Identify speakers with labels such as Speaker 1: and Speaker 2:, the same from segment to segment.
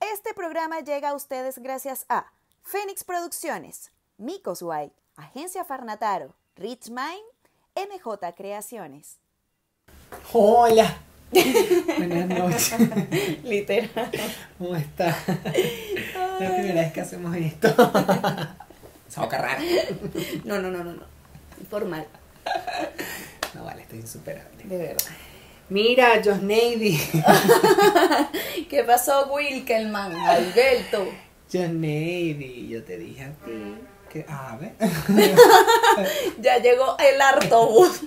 Speaker 1: Este programa llega a ustedes gracias a Fénix Producciones, Micos White, Agencia Farnataro, Rich Mind, MJ Creaciones.
Speaker 2: Hola. Buenas noches.
Speaker 1: Literal.
Speaker 2: ¿Cómo está? La primera vez que hacemos esto. Se va a cargar.
Speaker 1: No, no, no, no, no. Formal,
Speaker 2: No vale, estoy insuperable.
Speaker 1: de verdad.
Speaker 2: Mira, Josnady.
Speaker 1: ¿Qué pasó, Wilkelman? Alberto.
Speaker 2: Josnady, yo te dije a
Speaker 1: Mm.
Speaker 2: ti que. ah, A ver.
Speaker 1: Ya llegó el autobús.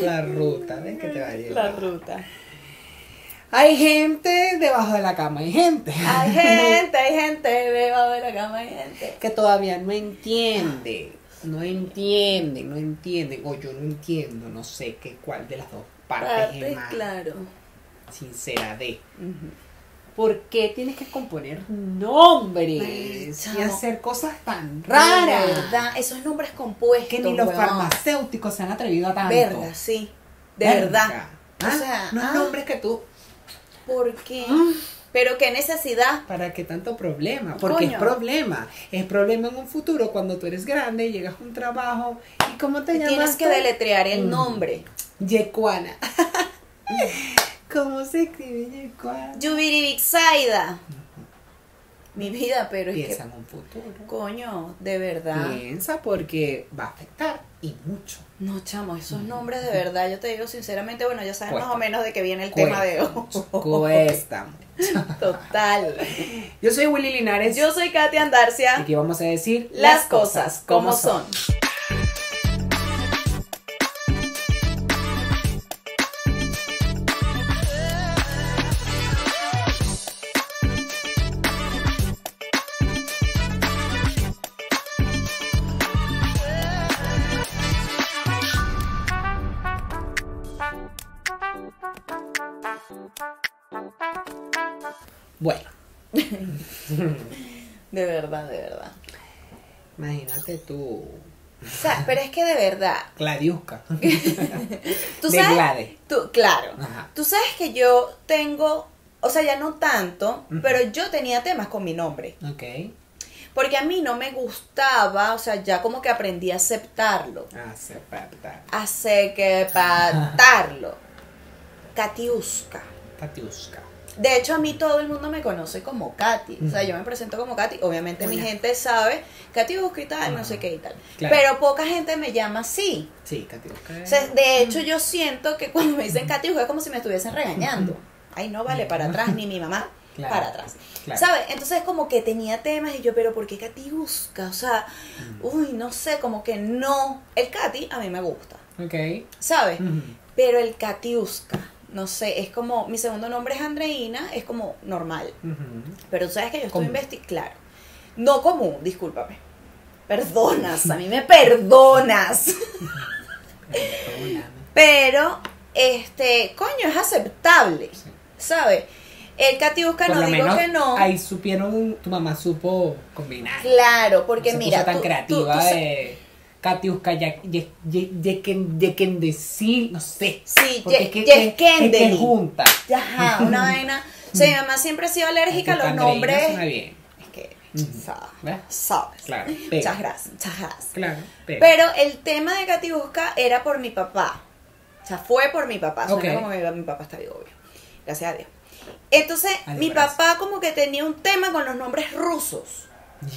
Speaker 2: La ruta, ¿ves? Que te va a llevar.
Speaker 1: La ruta.
Speaker 2: Hay gente debajo de la cama, hay gente.
Speaker 1: Hay gente, hay gente, debajo de la cama hay gente.
Speaker 2: que todavía no entiende, no entienden, no entienden, o yo no entiendo, no sé qué cuál de las dos partes
Speaker 1: Parte,
Speaker 2: es más
Speaker 1: claro.
Speaker 2: sincera de. ¿Por qué tienes que componer nombres
Speaker 1: Ay,
Speaker 2: y
Speaker 1: chamo.
Speaker 2: hacer cosas tan
Speaker 1: Rara.
Speaker 2: raras
Speaker 1: Esos nombres compuestos.
Speaker 2: que ni los
Speaker 1: weón.
Speaker 2: farmacéuticos se han atrevido a tanto?
Speaker 1: Verga, sí. De
Speaker 2: Verga.
Speaker 1: verdad.
Speaker 2: Ah,
Speaker 1: O sea,
Speaker 2: unos
Speaker 1: ah.
Speaker 2: nombres que tú,
Speaker 1: ¿Por qué? Pero qué necesidad.
Speaker 2: ¿para qué tanto problema? Porque es
Speaker 1: Coño.
Speaker 2: problema, es problema en un futuro cuando tú eres grande, llegas a un trabajo y cómo te llamas
Speaker 1: Tienes que
Speaker 2: tú?
Speaker 1: deletrear el
Speaker 2: Mm.
Speaker 1: nombre.
Speaker 2: Yecuana. ¿Cómo se escribe Yecuana?
Speaker 1: Yubiribixaida. Mi vida, pero es
Speaker 2: Piensa
Speaker 1: que.
Speaker 2: en un futuro.
Speaker 1: Coño, de verdad.
Speaker 2: Piensa porque va a afectar y mucho.
Speaker 1: No, chamo, esos nombres de verdad, yo te digo sinceramente, bueno, ya sabes
Speaker 2: Cuesta.
Speaker 1: más o menos de que viene el tema de
Speaker 2: mucho,
Speaker 1: hoy.
Speaker 2: Cuesta mucho.
Speaker 1: Total.
Speaker 2: Yo soy Willy Linares
Speaker 1: Yo soy Katia Andarcia.
Speaker 2: y aquí vamos a decir
Speaker 1: Las cosas como son.
Speaker 2: Bueno,
Speaker 1: De verdad, de verdad.
Speaker 2: imagínate tú,
Speaker 1: O sea, pero es que de verdad.
Speaker 2: Gladiusca.
Speaker 1: Tú
Speaker 2: De
Speaker 1: sabes.
Speaker 2: Glade.
Speaker 1: Tú, claro.
Speaker 2: Ajá.
Speaker 1: Tú sabes que yo tengo, o sea, ya no tanto, pero yo tenía temas con mi nombre.
Speaker 2: ok.
Speaker 1: Porque a mí no me gustaba, o sea, ya como que aprendí a aceptarlo.
Speaker 2: Ah, Acepta.
Speaker 1: A sequepatarlo. Katiuska.
Speaker 2: Tatiusca.
Speaker 1: De hecho, a mí todo el mundo me conoce como Katy. O sea, yo me presento como Katy. Obviamente mi
Speaker 2: Hola.
Speaker 1: gente sabe Katy Busca y tal, no sé qué y tal.
Speaker 2: Claro.
Speaker 1: Pero poca gente me llama así.
Speaker 2: Sí, Tatiusca.
Speaker 1: O sea, de hecho, yo siento que cuando me dicen Katy Busca es como si me estuviesen regañando. Ay, no vale para atrás, ni mi mamá
Speaker 2: Claro,
Speaker 1: para atrás.
Speaker 2: claro.
Speaker 1: ¿Sabes? Entonces, como que tenía temas y yo, pero ¿por qué Katy Busca? O sea,
Speaker 2: Mm.
Speaker 1: uy, no sé, como que no. El Katy a mí me gusta,
Speaker 2: Ok.
Speaker 1: ¿sabes?
Speaker 2: Ujú.
Speaker 1: Pero el Katiuska, no sé, es como, mi segundo nombre es Andreina, es como normal.
Speaker 2: Ujú.
Speaker 1: Pero tú sabes que yo estoy
Speaker 2: Común.
Speaker 1: investigando, claro. No común, discúlpame. Perdonas, a mí me perdonas.
Speaker 2: Perdóname.
Speaker 1: Pero, este, coño, es aceptable,
Speaker 2: Sí.
Speaker 1: ¿sabes? El Katiuska
Speaker 2: Por
Speaker 1: no
Speaker 2: lo
Speaker 1: digo
Speaker 2: menos
Speaker 1: que no.
Speaker 2: Ahí supieron, tu mamá supo combinar.
Speaker 1: Claro, porque
Speaker 2: se puso
Speaker 1: mira,
Speaker 2: tan
Speaker 1: tú- tú-
Speaker 2: creativa
Speaker 1: tú sa-
Speaker 2: de Katiuska Ye- Ye- Ye- Yeken- Yekendesi, no sé.
Speaker 1: Sí,
Speaker 2: Porque
Speaker 1: Ye-
Speaker 2: es que-
Speaker 1: Yekendeli.
Speaker 2: es que- es que junta.
Speaker 1: Ajá, una vaina. O sea, mi mamá siempre ha sido alérgica a los
Speaker 2: Katiuska Andreina Mm.
Speaker 1: nombres.
Speaker 2: suena bien,
Speaker 1: Es que,
Speaker 2: Ujú.
Speaker 1: sa-
Speaker 2: ¿Ves?
Speaker 1: sabes.
Speaker 2: Claro, pega.
Speaker 1: Muchas gracias, muchas gracias.
Speaker 2: Claro, pero.
Speaker 1: Pero el tema de Catiusca era por mi papá. O sea, fue por mi papá. Suena
Speaker 2: Ok.
Speaker 1: como mi, mi papá está vivo, obvio. Gracias a Dios. Entonces,
Speaker 2: Adiós,
Speaker 1: mi
Speaker 2: gracias.
Speaker 1: papá como que tenía un tema con los nombres rusos.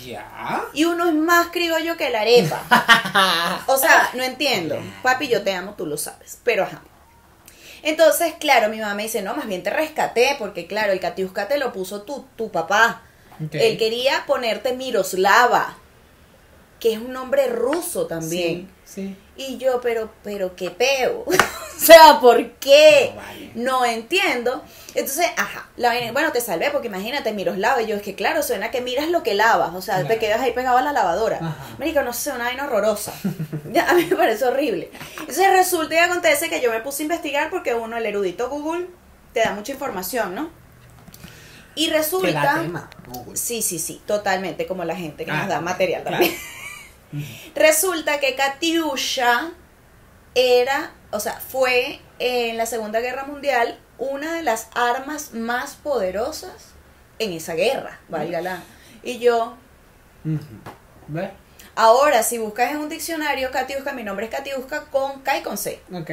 Speaker 2: Ya.
Speaker 1: Y uno es más criollo que la arepa. o sea, no entiendo. Papi, yo te amo, tú lo sabes. Pero ajá. Entonces, claro, mi mamá me dice, no, más bien te rescaté, porque claro, el Catiusca te lo puso tu, tu papá.
Speaker 2: Ok.
Speaker 1: Él quería ponerte Miroslava, que es un nombre ruso también.
Speaker 2: Sí. sí.
Speaker 1: Y yo, pero, pero qué peo. o sea, ¿por qué?
Speaker 2: No vale.
Speaker 1: Eh, No entiendo. Entonces, ajá, la vaina- bueno, te salvé porque imagínate, Miroslava. Y yo, es que claro, suena que miras lo que lavas. O sea, te
Speaker 2: Claro.
Speaker 1: quedas ahí pegado a la lavadora.
Speaker 2: Ajá.
Speaker 1: Marico, no sé, una vaina horrorosa. Ya, a mí me parece horrible. Entonces resulta y acontece que yo me puse a investigar porque uno, el erudito Google, te da mucha información, ¿no? Y resulta...
Speaker 2: Te da tema. Google.
Speaker 1: Sí, sí, sí, totalmente, como la gente que
Speaker 2: Ah,
Speaker 1: nos da material
Speaker 2: claro.
Speaker 1: también. Resulta que Katiusha era, o sea, fue en la Segunda Guerra Mundial una de las armas más poderosas en esa guerra, válgala. Y yo,
Speaker 2: Ujú. ¿Ves?
Speaker 1: ahora, si buscas en un diccionario Katiuska, mi nombre es Katiuska con K y con C.
Speaker 2: Ok.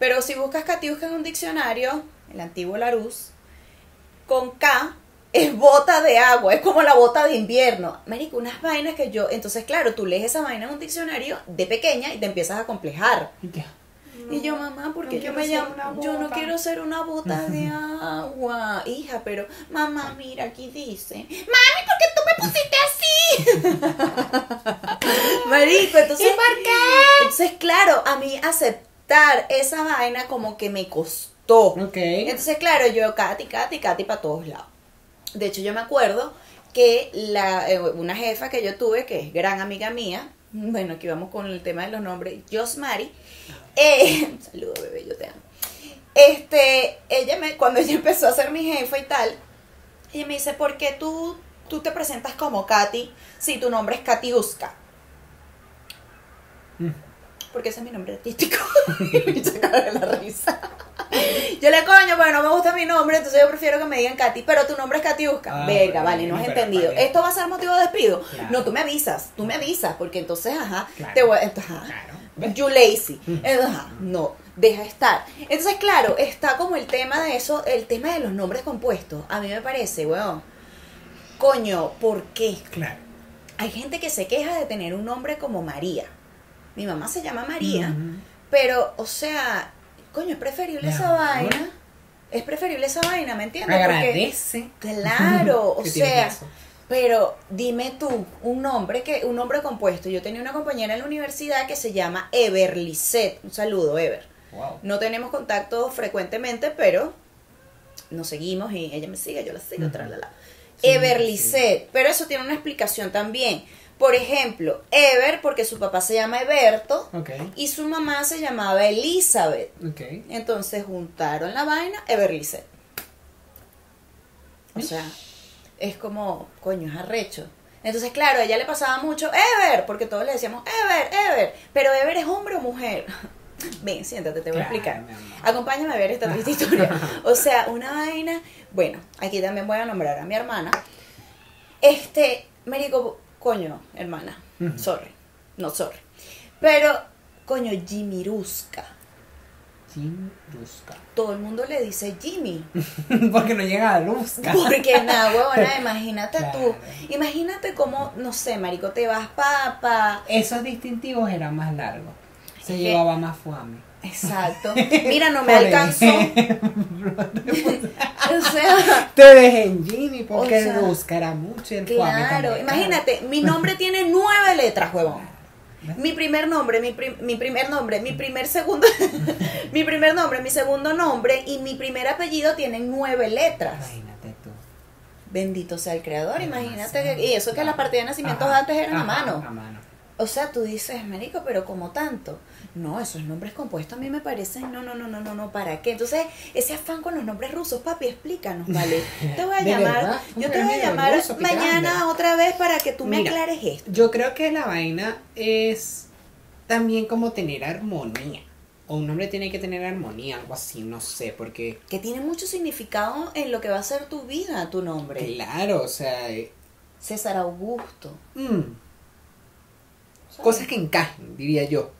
Speaker 1: Pero si buscas Katiuska en un diccionario, el antiguo Larus, con K es bota de agua, es como la bota de invierno. Marico, unas vainas que yo. Entonces, claro, tú lees esa vaina en un diccionario de pequeña y te empiezas a complejar.
Speaker 2: Y ya.
Speaker 1: Y yo, mamá,
Speaker 3: No
Speaker 1: porque yo
Speaker 3: quiero
Speaker 1: me
Speaker 3: ser
Speaker 1: llamo?
Speaker 3: una
Speaker 1: Yo no
Speaker 3: bota".
Speaker 1: quiero ser una bota de agua, hija, pero mamá, mira, aquí dice, mami, ¿por qué tú me pusiste así? Marico, entonces.
Speaker 3: ¿Y por
Speaker 1: Entonces, claro, a mí aceptar esa vaina como que me costó.
Speaker 2: Ok.
Speaker 1: Entonces, claro, yo, Katy, Katy, Katy para todos lados. De hecho, yo me acuerdo que la, eh, una jefa que yo tuve, que es gran amiga mía, bueno, aquí vamos con el tema de los nombres, Josmari, eh, saludo bebé, yo te amo. Este, ella me, cuando ella empezó a ser mi jefa y tal, ella me dice, ¿por qué tú, tú te presentas como Katy si tu nombre es Katy Uska?
Speaker 2: Mm.
Speaker 1: Porque ese es mi nombre artístico. y se caga de la risa. Yo le coño, bueno, no me gusta mi nombre, entonces yo prefiero que me digan Katy, pero tu nombre es Katy Uska.
Speaker 2: Ah,
Speaker 1: Verga,
Speaker 2: bueno,
Speaker 1: vale, no has
Speaker 2: pero
Speaker 1: entendido.
Speaker 2: vale.
Speaker 1: ¿Esto va a ser motivo de despido?
Speaker 2: Claro.
Speaker 1: No, tú me avisas, tú me avisas, porque entonces, ajá,
Speaker 2: Claro.
Speaker 1: te voy a... entonces, ajá.
Speaker 2: Claro. ¿Ves?
Speaker 1: You lazy.
Speaker 2: Mm.
Speaker 1: Entonces, ajá, no, deja estar. Entonces, claro, está como el tema de eso, el tema de los nombres compuestos. A mí me parece, weón. Coño, ¿por qué?
Speaker 2: Claro.
Speaker 1: Hay gente que se queja de tener un nombre como María. Mi mamá se llama María,
Speaker 2: Ujú.
Speaker 1: pero, o sea, coño, es preferible
Speaker 2: Mi
Speaker 1: esa
Speaker 2: amor.
Speaker 1: vaina. Es preferible esa vaina, ¿me entiendes? Porque-
Speaker 2: Agradece.
Speaker 1: claro, o
Speaker 2: que tienes
Speaker 1: sea,
Speaker 2: eso.
Speaker 1: pero dime tú, un nombre que, un nombre compuesto. Yo tenía una compañera en la universidad que se llama Ever Lisette. Un saludo, Ever.
Speaker 2: Wow.
Speaker 1: No tenemos contacto frecuentemente, pero nos seguimos y ella me sigue, yo la sigo,
Speaker 2: Ujú.
Speaker 1: tralala.
Speaker 2: Sí,
Speaker 1: Ever
Speaker 2: sí.
Speaker 1: Lisette, pero eso tiene una explicación también. Por ejemplo, Ever, porque su papá se llama Eberto
Speaker 2: Ok.
Speaker 1: y su mamá se llamaba Elizabeth.
Speaker 2: Ok.
Speaker 1: Entonces juntaron la vaina, Everlice. O sea, es como, coño, es arrecho. Entonces, claro, a ella le pasaba mucho, Ever, porque todos le decíamos, Ever, Ever, pero Ever es hombre o mujer. Ven, siéntate, te voy a
Speaker 2: Claro,
Speaker 1: explicar.
Speaker 2: mi amor.
Speaker 1: Acompáñame a ver esta triste historia. O sea, una vaina. Bueno, aquí también voy a nombrar a mi hermana. Este, Mérico, coño, hermana,
Speaker 2: Ujú.
Speaker 1: sorry, no sorry. Pero, coño, Jimiruska
Speaker 2: Sin busca.
Speaker 1: todo el mundo le dice Jimmy.
Speaker 2: Porque no llega a luz.
Speaker 1: Porque nada, huevona, imagínate
Speaker 2: Claro.
Speaker 1: tú. Imagínate cómo, no sé, marico, te vas papa.
Speaker 2: Esos distintivos eran más largos. Se
Speaker 1: Es que-
Speaker 2: llevaba más fuame.
Speaker 1: Exacto. Mira, no me
Speaker 2: Por
Speaker 1: alcanzó. o sea,
Speaker 2: Te dejé en Jimmy porque
Speaker 1: O sea,
Speaker 2: el busca era mucho y el fuame
Speaker 1: claro.
Speaker 2: también.
Speaker 1: Imagínate, mi nombre tiene nueve letras, huevón.
Speaker 2: ¿Ves?
Speaker 1: Mi primer nombre, mi, prim- mi primer nombre, mi primer segundo, mi primer nombre, mi segundo nombre y mi primer apellido tienen nueve letras.
Speaker 2: Imagínate tú.
Speaker 1: Bendito sea el creador, imagínate.
Speaker 2: Demasiado.
Speaker 1: que- y eso que la partida de nacimientos
Speaker 2: Ah, Ajá,
Speaker 1: antes eran a
Speaker 2: ajá,
Speaker 1: mano.
Speaker 2: A mano.
Speaker 1: O sea, tú dices, marico, pero como tanto. No, esos nombres compuestos a mí me parecen, no, no, no, no, no, no, ¿para qué? Entonces, ese afán con los nombres rusos, papi, explícanos, ¿vale? Te voy a
Speaker 2: De
Speaker 1: llamar,
Speaker 2: verdad,
Speaker 1: yo
Speaker 2: un
Speaker 1: te voy a
Speaker 2: remedio
Speaker 1: llamar
Speaker 2: ruso, qué grande.
Speaker 1: mañana otra vez para que tú me
Speaker 2: Mira.
Speaker 1: aclares esto.
Speaker 2: Yo creo que la vaina es también como tener armonía. O un hombre tiene que tener armonía, algo así, no sé, porque
Speaker 1: Que tiene mucho significado en lo que va a ser tu vida, tu nombre.
Speaker 2: claro, o sea, eh,
Speaker 1: César Augusto.
Speaker 2: mm, cosas que encajen, diría yo.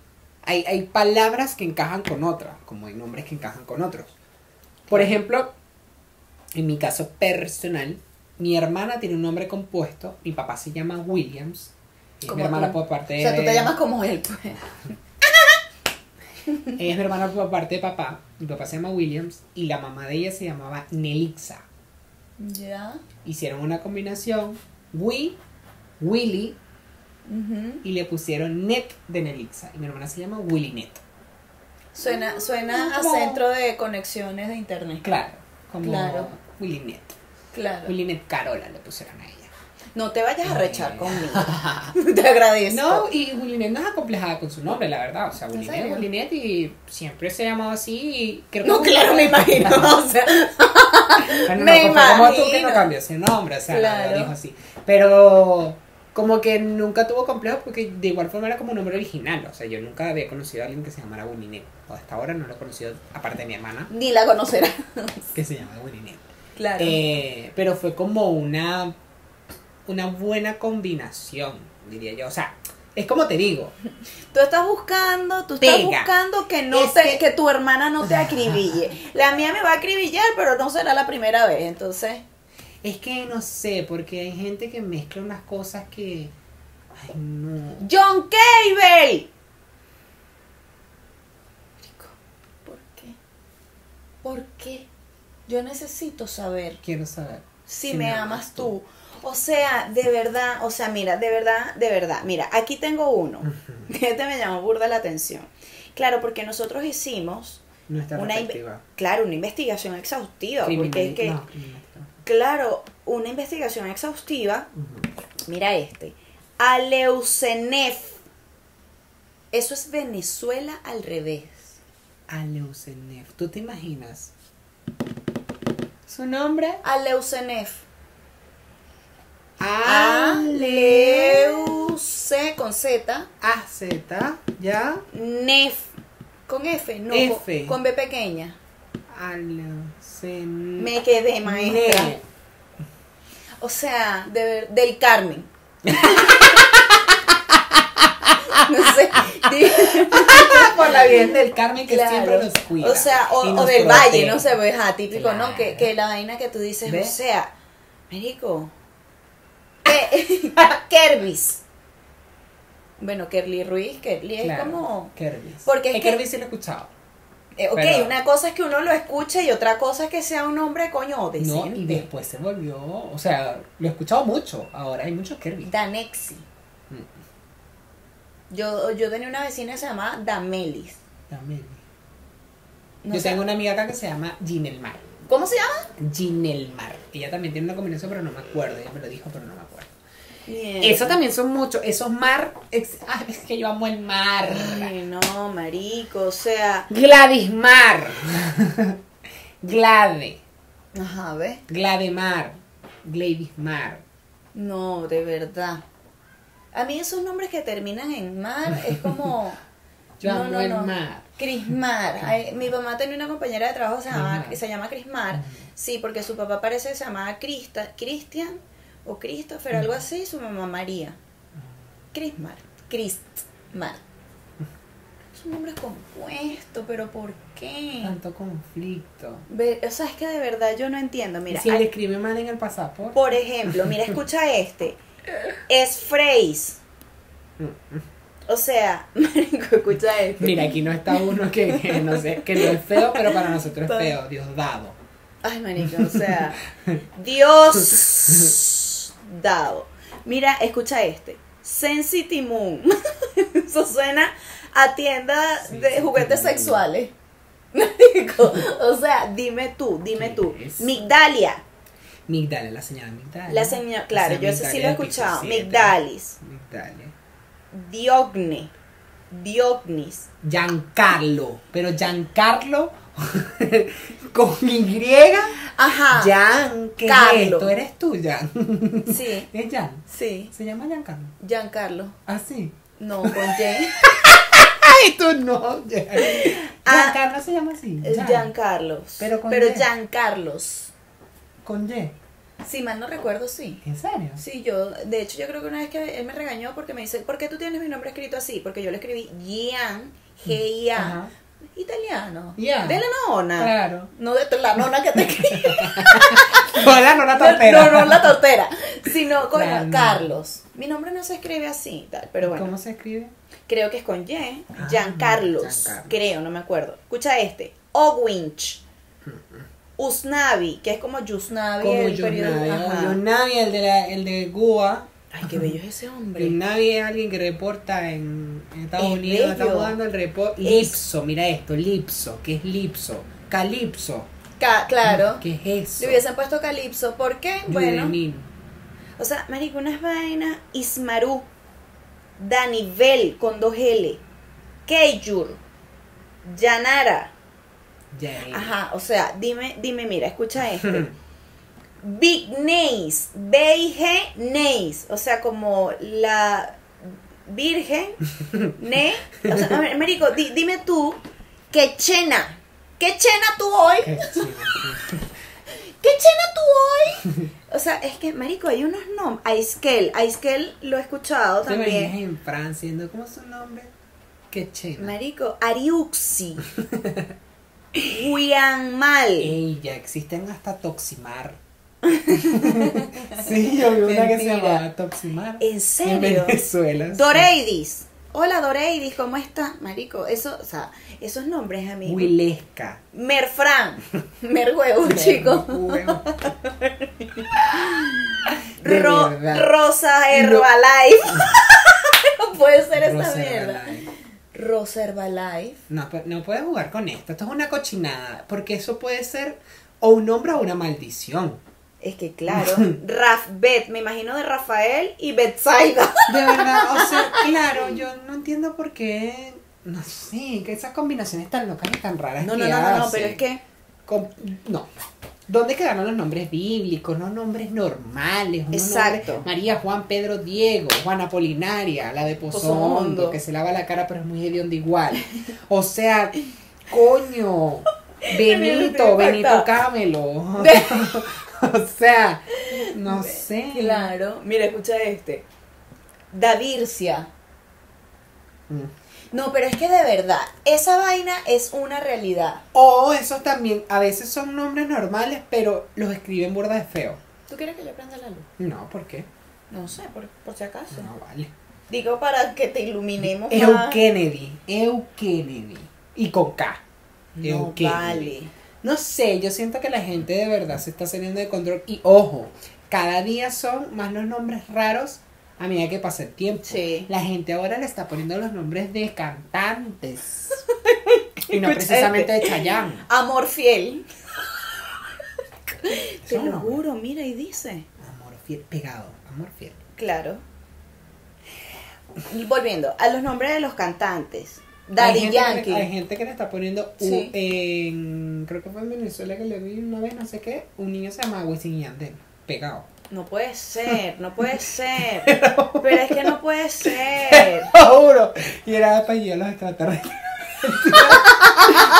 Speaker 2: Hay, hay palabras que encajan con otras, como hay nombres que encajan con otros. Por ejemplo, en mi caso personal, mi hermana tiene un nombre compuesto, mi papá se llama Williams, y mi
Speaker 1: Como
Speaker 2: hermana
Speaker 1: tú.
Speaker 2: por parte
Speaker 1: O sea, tú
Speaker 2: de-
Speaker 1: te llamas como él. pues.
Speaker 2: Ella es mi hermana por parte de papá. Mi papá se llama Williams y la mamá de ella se llamaba Nelixa.
Speaker 1: Ya.
Speaker 2: Hicieron una combinación, Wi, Willy,
Speaker 1: Ujú.
Speaker 2: y le pusieron Net de Nelixa. Y mi hermana se llama Willy Net.
Speaker 1: Suena, suena a
Speaker 2: Como-
Speaker 1: centro de conexiones de internet.
Speaker 2: Claro, como
Speaker 1: Claro.
Speaker 2: Willy Net.
Speaker 1: Claro.
Speaker 2: Willy Net Carola le pusieron a ella.
Speaker 1: No te vayas a rechar
Speaker 2: Eh.
Speaker 1: conmigo. Te agradezco.
Speaker 2: No, y Willy Net no es acomplejada con su nombre, la verdad. O sea, Willy Net,
Speaker 1: serio?
Speaker 2: Willy Net, y siempre se ha llamado así. Y creo que
Speaker 1: No,
Speaker 2: nunca-
Speaker 1: claro, me imagino. O sea,
Speaker 2: Ah, no,
Speaker 1: Me
Speaker 2: no, fue Como tú que
Speaker 1: imagino.
Speaker 2: no cambió ese nombre, o sea,
Speaker 1: Claro.
Speaker 2: lo dijo así. Pero como que nunca tuvo complejo porque de igual forma era como un nombre original. O sea, yo nunca había conocido a alguien que se llamara Wininet. O hasta ahora no lo he conocido, aparte de mi hermana,
Speaker 1: ni la conocerá.
Speaker 2: que se llama Wininet.
Speaker 1: Claro.
Speaker 2: Eh, pero fue como una, una buena combinación, diría yo. O sea, es como te digo.
Speaker 1: Tú estás buscando, tú estás
Speaker 2: Pega.
Speaker 1: buscando que no
Speaker 2: Ese-
Speaker 1: te, que tu hermana no te acribille. La mía me va a acribillar, pero no será la primera vez, entonces.
Speaker 2: Es que no sé, porque hay gente que mezcla unas cosas que. Ay, no.
Speaker 1: John Cable. Chico, ¿por qué? ¿Por qué? Yo necesito saber
Speaker 2: Quiero saber.
Speaker 1: si, me, amas tú. O sea, de verdad, o sea, mira, de verdad, de verdad. Mira, aquí tengo uno. Este me llamó burda la atención. Claro, porque nosotros hicimos
Speaker 2: Nuestra
Speaker 1: una, inve-
Speaker 2: perspectiva.
Speaker 1: claro, una investigación exhaustiva, porque es que,
Speaker 2: No, criminalista.
Speaker 1: claro, una investigación exhaustiva
Speaker 2: Ujú.
Speaker 1: Mira este. Aleucenef. Eso es Venezuela al revés.
Speaker 2: Aleusenef. ¿Tú te imaginas? ¿Su nombre?
Speaker 1: Aleucenef.
Speaker 2: Aleu.
Speaker 1: Aleuce con Z.
Speaker 2: AZ, ¿ya?
Speaker 1: Nef. Con F, no.
Speaker 2: F.
Speaker 1: Con, con B pequeña.
Speaker 2: Aleusenef.
Speaker 1: Me quedé maestra. O sea, de ver- del Carmen. no sé. di-
Speaker 2: Ah, Por la bien del Carmen que
Speaker 1: Claro.
Speaker 2: siempre nos cuida.
Speaker 1: O sea, o,
Speaker 2: y
Speaker 1: o
Speaker 2: nos
Speaker 1: del
Speaker 2: protege.
Speaker 1: valle, no sé, pues, ajá, típico,
Speaker 2: Claro.
Speaker 1: ¿no? Que, que la vaina que tú dices,
Speaker 2: ¿Ves?
Speaker 1: o sea, Mérico. eh, Kervis. Bueno, Kerly Ruiz, Kerly es
Speaker 2: Claro,
Speaker 1: como.
Speaker 2: Kervis.
Speaker 1: Porque es
Speaker 2: Eh,
Speaker 1: que-
Speaker 2: Kervis sí lo he escuchado.
Speaker 1: eh, ok,
Speaker 2: Pero-
Speaker 1: una cosa es que uno lo escuche y otra cosa es que sea un hombre coño
Speaker 2: No,
Speaker 1: decente.
Speaker 2: y después se volvió. O sea, lo he escuchado mucho. Ahora hay muchos Kervis.
Speaker 1: Danexi. Yo, yo tenía una vecina que se llamaba Damelis.
Speaker 2: También.
Speaker 1: No
Speaker 2: Yo
Speaker 1: sé-
Speaker 2: tengo una amiga acá que se llama Ginelmar.
Speaker 1: ¿Cómo se llama?
Speaker 2: Ginelmar. Ella también tiene una combinación, pero no me acuerdo. Ella me lo dijo, pero no me acuerdo.
Speaker 1: Mierda.
Speaker 2: Eso también son muchos. Esos mar. ex- ah, es que yo amo el mar.
Speaker 1: Ay, no, marico, o sea.
Speaker 2: Gladismar. Glade.
Speaker 1: Ajá, ¿ves?
Speaker 2: Glademar. Gladismar.
Speaker 1: No, de verdad. A mí esos nombres que terminan en mar es como...
Speaker 2: Yo
Speaker 1: no,
Speaker 2: amo
Speaker 1: no,
Speaker 2: el
Speaker 1: no.
Speaker 2: mar.
Speaker 1: Crismar. Ay, mi mamá tenía una compañera de trabajo que se llama,
Speaker 2: Crismar.
Speaker 1: se llama Crismar. Sí, porque su papá parece que se llamaba Crista, Cristian o Christopher, algo así, y su mamá María. Crismar. Cristmar. Es un nombre compuesto, pero ¿por qué?
Speaker 2: Tanto conflicto.
Speaker 1: Ve- o sea, es que de verdad yo no entiendo. Mira,
Speaker 2: si le
Speaker 1: hay-
Speaker 2: escribe mal en el pasaporte.
Speaker 1: por ejemplo, mira, escucha este. Es phrase. O sea, marico, escucha este. esto.
Speaker 2: Mira, aquí no está uno que, que no sé, que no es feo, pero para nosotros es feo, Dios dado.
Speaker 1: Ay, marico, o sea, Dios dado. Mira, escucha este. Sensity Moon. Eso suena a tienda de
Speaker 2: Sensity
Speaker 1: juguetes
Speaker 2: Moon.
Speaker 1: sexuales. Marico, o sea, dime tú, dime
Speaker 2: ¿Qué
Speaker 1: tú.
Speaker 2: es?
Speaker 1: Migdalia.
Speaker 2: Migdalia, la señora Migdalia.
Speaker 1: La señora, claro,
Speaker 2: O sea,
Speaker 1: yo ese sí
Speaker 2: Migdalia
Speaker 1: lo he
Speaker 2: del piso
Speaker 1: escuchado.
Speaker 2: siete.
Speaker 1: Migdalis.
Speaker 2: Migdalia.
Speaker 1: Diogne. Diognis.
Speaker 2: Giancarlo, pero Giancarlo con Y.
Speaker 1: Ajá.
Speaker 2: Gian, ¿qué
Speaker 1: Ah, Carlo.
Speaker 2: es esto? ¿Eres tú, Gian?
Speaker 1: Sí,
Speaker 2: ¿Es Gian?
Speaker 1: sí.
Speaker 2: ¿Se llama Giancarlo?
Speaker 1: Giancarlo.
Speaker 2: ¿Ah, sí?
Speaker 1: No, con Jane.
Speaker 2: ¡Ay, tú no! Gian.
Speaker 1: Ah,
Speaker 2: Giancarlo se llama así. Gian.
Speaker 1: Giancarlo.
Speaker 2: Pero con
Speaker 1: Pero
Speaker 2: Y.
Speaker 1: Giancarlos.
Speaker 2: Con Y.
Speaker 1: Si mal no recuerdo, sí.
Speaker 2: ¿En serio?
Speaker 1: Sí, yo, de hecho, yo creo que una vez que él me regañó porque me dice, ¿por qué tú tienes mi nombre escrito así? Porque yo le escribí Gian, G-I-A,
Speaker 2: Ajá.
Speaker 1: italiano.
Speaker 2: Ya. Ah.
Speaker 1: De la nona.
Speaker 2: Claro.
Speaker 1: No de la nona que te escribí.
Speaker 2: Hola, no la
Speaker 1: no,
Speaker 2: tortera.
Speaker 1: no, la tortera. Sino con
Speaker 2: La nona.
Speaker 1: Carlos. Mi nombre no se escribe así, tal, pero bueno.
Speaker 2: ¿Cómo se escribe?
Speaker 1: Creo que es con Y.
Speaker 2: Ah,
Speaker 1: Giancarlos.
Speaker 2: Giancarlos.
Speaker 1: Creo, no me acuerdo. Escucha este. Ogwinch. Usnavi, que es como Yusnavi,
Speaker 2: Como
Speaker 1: el periódico.
Speaker 2: Yunavi.
Speaker 1: Ajá.
Speaker 2: Yunavi, el de, la, el de Cuba.
Speaker 1: Ay, qué bello es ese hombre.
Speaker 2: Yunavi es alguien que reporta en en Estados
Speaker 1: Es
Speaker 2: Unidos.
Speaker 1: bello.
Speaker 2: Estamos dando el report.
Speaker 1: Es-
Speaker 2: Lipso, mira esto. Lipso. ¿Qué es Lipso? Calipso.
Speaker 1: Ca- claro.
Speaker 2: Mm, ¿Qué es eso?
Speaker 1: Le hubiesen puesto calipso. ¿Por qué? Bueno.
Speaker 2: Yudemin.
Speaker 1: O sea, marico, unas vainas. Ismaru. Danivel con dos L. Keijur. Yanara.
Speaker 2: Ya es.
Speaker 1: Ajá, o sea, dime, dime, mira, escucha este. Big Nays. B-I-G Nays. O sea, como la Virgen. Ne. O sea, mar- marico, di- dime tú. Que chena. ¿Qué chena tú hoy?
Speaker 2: Qué chido.
Speaker 1: ¿qué chena tú hoy? O sea, es que, marico, hay unos nombres. Aiskel, Aiskel lo he escuchado
Speaker 2: Te imaginas
Speaker 1: también.
Speaker 2: en Francia, ¿no? ¿cómo es su nombre? Qué chena.
Speaker 1: Marico, Ariuxi. Mal.
Speaker 2: Ey, ya existen hasta Toximar. sí, yo vi una que se
Speaker 1: Mentira.
Speaker 2: llamaba Toximar.
Speaker 1: ¿En
Speaker 2: En
Speaker 1: serio?
Speaker 2: Venezuela. sí.
Speaker 1: Doreidis. Hola Doreidis, ¿cómo estás? Marico, eso, o sea, esos nombres, amigo.
Speaker 2: Huilesca.
Speaker 1: Merfran. Merhuevo, chico.
Speaker 2: Huevo. De
Speaker 1: Ro-
Speaker 2: verdad.
Speaker 1: Rosa Herbalife. no puede ser esta
Speaker 2: Rosa
Speaker 1: mierda.
Speaker 2: Herbalife.
Speaker 1: Rosa Herbalife.
Speaker 2: No, pe- no puedes jugar con esto. Esto es una cochinada. Porque eso puede ser o un nombre o una maldición.
Speaker 1: Es que claro, Raf Bet, me imagino de Rafael y Betsaida.
Speaker 2: De verdad, o sea, claro, yo no entiendo por qué. No sé, que esas combinaciones tan locas y tan raras.
Speaker 1: No,
Speaker 2: que
Speaker 1: no, no, no, no,
Speaker 2: hacen.
Speaker 1: pero es que
Speaker 2: Com- no. ¿Dónde quedaron los nombres bíblicos, los nombres normales? unos
Speaker 1: Exacto.
Speaker 2: nombres- María, Juan, Pedro, Diego, Juan Apolinaria, la de
Speaker 1: Pozo
Speaker 2: Pozondo,
Speaker 1: Hondo.
Speaker 2: que se lava la cara pero es muy hedionda igual. O sea, coño, Benito,
Speaker 1: Benito,
Speaker 2: Benito
Speaker 1: impacta.
Speaker 2: Camelo. o sea, no sé.
Speaker 1: Claro. Mira, escucha este. Davircia.
Speaker 2: Mm.
Speaker 1: No, pero es que de verdad, esa vaina es una realidad.
Speaker 2: O esos también, a veces son nombres normales, pero los escriben burda de feo.
Speaker 1: ¿Tú quieres que yo prenda la luz?
Speaker 2: No, ¿por qué?
Speaker 1: No sé, por, por si acaso.
Speaker 2: No vale.
Speaker 1: Digo para que te iluminemos.
Speaker 2: Eu
Speaker 1: más.
Speaker 2: Kennedy, Eu Kennedy. Y con K.
Speaker 1: No
Speaker 2: Kennedy.
Speaker 1: vale.
Speaker 2: No sé, yo siento que la gente de verdad se está saliendo de control. Y ojo, cada día son más los nombres raros a medida que pasa el tiempo.
Speaker 1: Sí.
Speaker 2: La gente ahora le está poniendo los nombres de cantantes. y no
Speaker 1: Escucha
Speaker 2: precisamente de Chayanne.
Speaker 1: Amor fiel. Te
Speaker 2: Son
Speaker 1: lo
Speaker 2: nombres.
Speaker 1: juro, mira y dice.
Speaker 2: Amor fiel, pegado, amor fiel.
Speaker 1: Claro. Y Volviendo a los nombres de los cantantes.
Speaker 2: Hay
Speaker 1: Daddy
Speaker 2: gente que le-
Speaker 1: Yankee.
Speaker 2: hay gente que le está poniendo u-
Speaker 1: Sí.
Speaker 2: en- creo que fue en Venezuela que le vi una vez, no sé qué, un niño se llama Wisin y Yandel, pegado.
Speaker 1: No puede ser, no puede ser. Pero es que no puede ser.
Speaker 2: Lo juro. Y era apellido de los extraterrestres.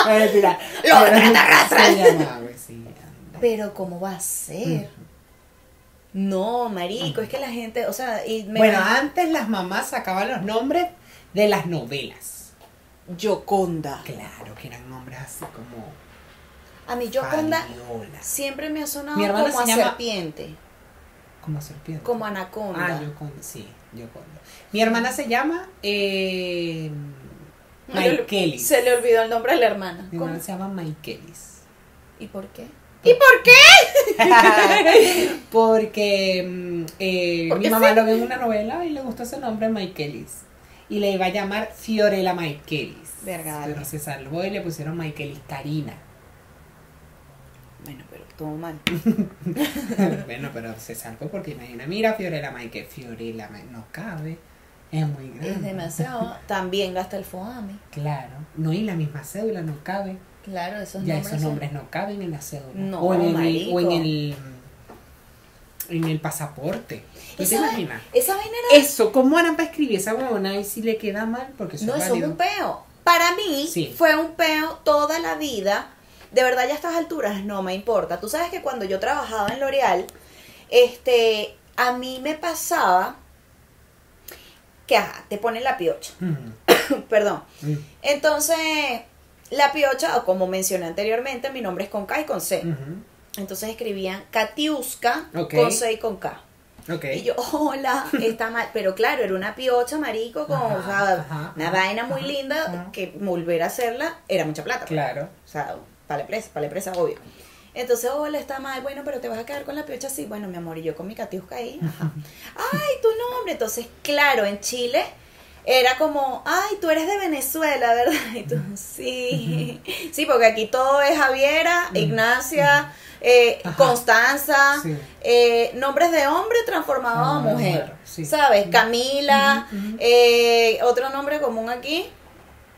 Speaker 2: Mentira.
Speaker 1: Los
Speaker 2: Era-
Speaker 1: extraterrestres.
Speaker 2: Se llamaba Wisin y Yandel.
Speaker 1: Pero ¿cómo va a ser? No, marico, es que la gente, o sea, y me
Speaker 2: Mm. Bueno, ah, antes las mamás sacaban los nombres de las novelas.
Speaker 1: Yoconda.
Speaker 2: Claro, que eran nombres así como
Speaker 1: A mí Yoconda
Speaker 2: Fabiola,
Speaker 1: siempre me ha sonado
Speaker 2: Mi hermana
Speaker 1: como a
Speaker 2: se llama-
Speaker 1: serpiente,
Speaker 2: como serpiente.
Speaker 1: como anaconda.
Speaker 2: Ah, Yoconda, sí, Yoconda. Mi hermana se llama eh,
Speaker 1: No, yo le-
Speaker 2: Maikelis.
Speaker 1: Se le olvidó el nombre a la hermana.
Speaker 2: Mi
Speaker 1: ¿Cómo?
Speaker 2: hermana se llama Maikelis.
Speaker 1: ¿Y por qué? ¿Y por qué?
Speaker 2: Porque mm, eh,
Speaker 1: Porque
Speaker 2: mi mamá lo ve en una novela y le gustó ese nombre, Maikelis. Y le iba a llamar Fiorella Maikelis.
Speaker 1: Verga, vale.
Speaker 2: Pero se salvó y le pusieron Maikelis Karina.
Speaker 1: Bueno, pero todo mal.
Speaker 2: bueno, pero se salvó porque imagina, mira Fiorella Maikelis. Fiorella Ma- no cabe. Es muy grande.
Speaker 1: Es demasiado. También gasta el foami.
Speaker 2: Claro. No, y la misma cédula no cabe.
Speaker 1: Claro, esos
Speaker 2: ya
Speaker 1: nombres.
Speaker 2: esos
Speaker 1: son-
Speaker 2: nombres no caben en la cédula.
Speaker 1: No,
Speaker 2: o en el,
Speaker 1: marico.
Speaker 2: o en el en el pasaporte. ¿Tú te
Speaker 1: Esa,
Speaker 2: imaginas?
Speaker 1: esa vaina era.
Speaker 2: Eso, ¿cómo harán para escribir esa huevona y si le queda mal? Porque eso
Speaker 1: No,
Speaker 2: es
Speaker 1: eso es
Speaker 2: válido.
Speaker 1: un peo. Para mí
Speaker 2: Sí.
Speaker 1: fue un peo toda la vida. De verdad, ya a estas alturas no me importa. Tú sabes que cuando yo trabajaba en L'Oreal, este, a mí me pasaba que, ajá, te ponen la piocha.
Speaker 2: Mm,
Speaker 1: Perdón.
Speaker 2: mm,
Speaker 1: Entonces, la piocha, o como mencioné anteriormente, mi nombre es con K y con
Speaker 2: mm,
Speaker 1: C.
Speaker 2: ujú.
Speaker 1: Entonces escribían Katiuska
Speaker 2: Ok.
Speaker 1: con C y con K.
Speaker 2: Ok.
Speaker 1: Y yo, hola, está mal. Pero claro, era una piocha, marico, con
Speaker 2: Ajá,
Speaker 1: o sea,
Speaker 2: ajá,
Speaker 1: una
Speaker 2: ajá,
Speaker 1: vaina muy
Speaker 2: ajá,
Speaker 1: linda
Speaker 2: ajá.
Speaker 1: que volver a hacerla era mucha plata. pues.
Speaker 2: Claro.
Speaker 1: O sea, para la empresa, para la empresa, obvio. Entonces, hola, está mal. Bueno, pero te vas a quedar con la piocha así. Bueno, mi amor, y yo con mi catiusca ahí. Ajá. Ay, tu nombre. Entonces, claro, en Chile era como, ay, tú eres de Venezuela, ¿verdad? Y tú, sí. Sí, porque aquí todo es Javiera,
Speaker 2: Ujú.
Speaker 1: Ignacia, eh,
Speaker 2: Ajá.
Speaker 1: Constanza,
Speaker 2: Sí.
Speaker 1: eh, nombres de hombre transformado a
Speaker 2: Ah,
Speaker 1: mujer.
Speaker 2: mujer, sí.
Speaker 1: ¿Sabes?
Speaker 2: Ujú.
Speaker 1: Camila,
Speaker 2: Ujú, ujú.
Speaker 1: eh, otro nombre común aquí.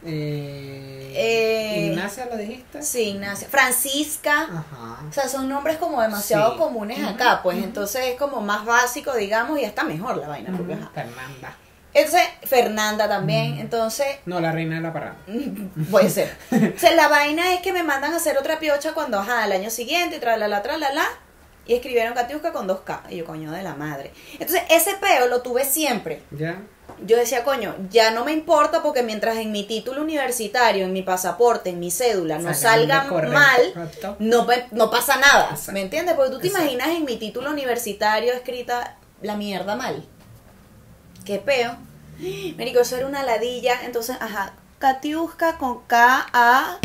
Speaker 2: Eh,
Speaker 1: Eh,
Speaker 2: Ignacia lo dijiste.
Speaker 1: Sí, Ignacia. Francisca.
Speaker 2: Ajá.
Speaker 1: O sea, son nombres como demasiado
Speaker 2: Ah. Sí.
Speaker 1: comunes
Speaker 2: Ujú,
Speaker 1: acá, pues
Speaker 2: ujú.
Speaker 1: entonces es como más básico, digamos, y está mejor la vaina. porque,
Speaker 2: Ujú.
Speaker 1: ajá.
Speaker 2: Mm, Fernanda.
Speaker 1: Entonces, Fernanda también. Entonces,
Speaker 2: No, la reina de la parranda.
Speaker 1: Puede ser. O sea, la vaina es que me mandan a hacer otra piocha cuando, ajá, al año siguiente, tralala, tralala. Y escribieron Katiuska con 2K. Y yo, coño de la madre. Entonces, ese peo lo tuve siempre.
Speaker 2: ¿Ya?
Speaker 1: Yo decía, coño, ya no me importa porque mientras en mi título universitario, en mi pasaporte, en mi cédula, no
Speaker 2: Salga
Speaker 1: salga
Speaker 2: el nombre
Speaker 1: mal,
Speaker 2: correcto.
Speaker 1: no, pe- no pasa nada.
Speaker 2: Exacto.
Speaker 1: ¿Me entiendes? Porque tú te
Speaker 2: Exacto.
Speaker 1: imaginas en mi título universitario escrita la mierda mal. Qué peo. Marico, eso era una ladilla. Entonces, ajá, Katiuska con K, A,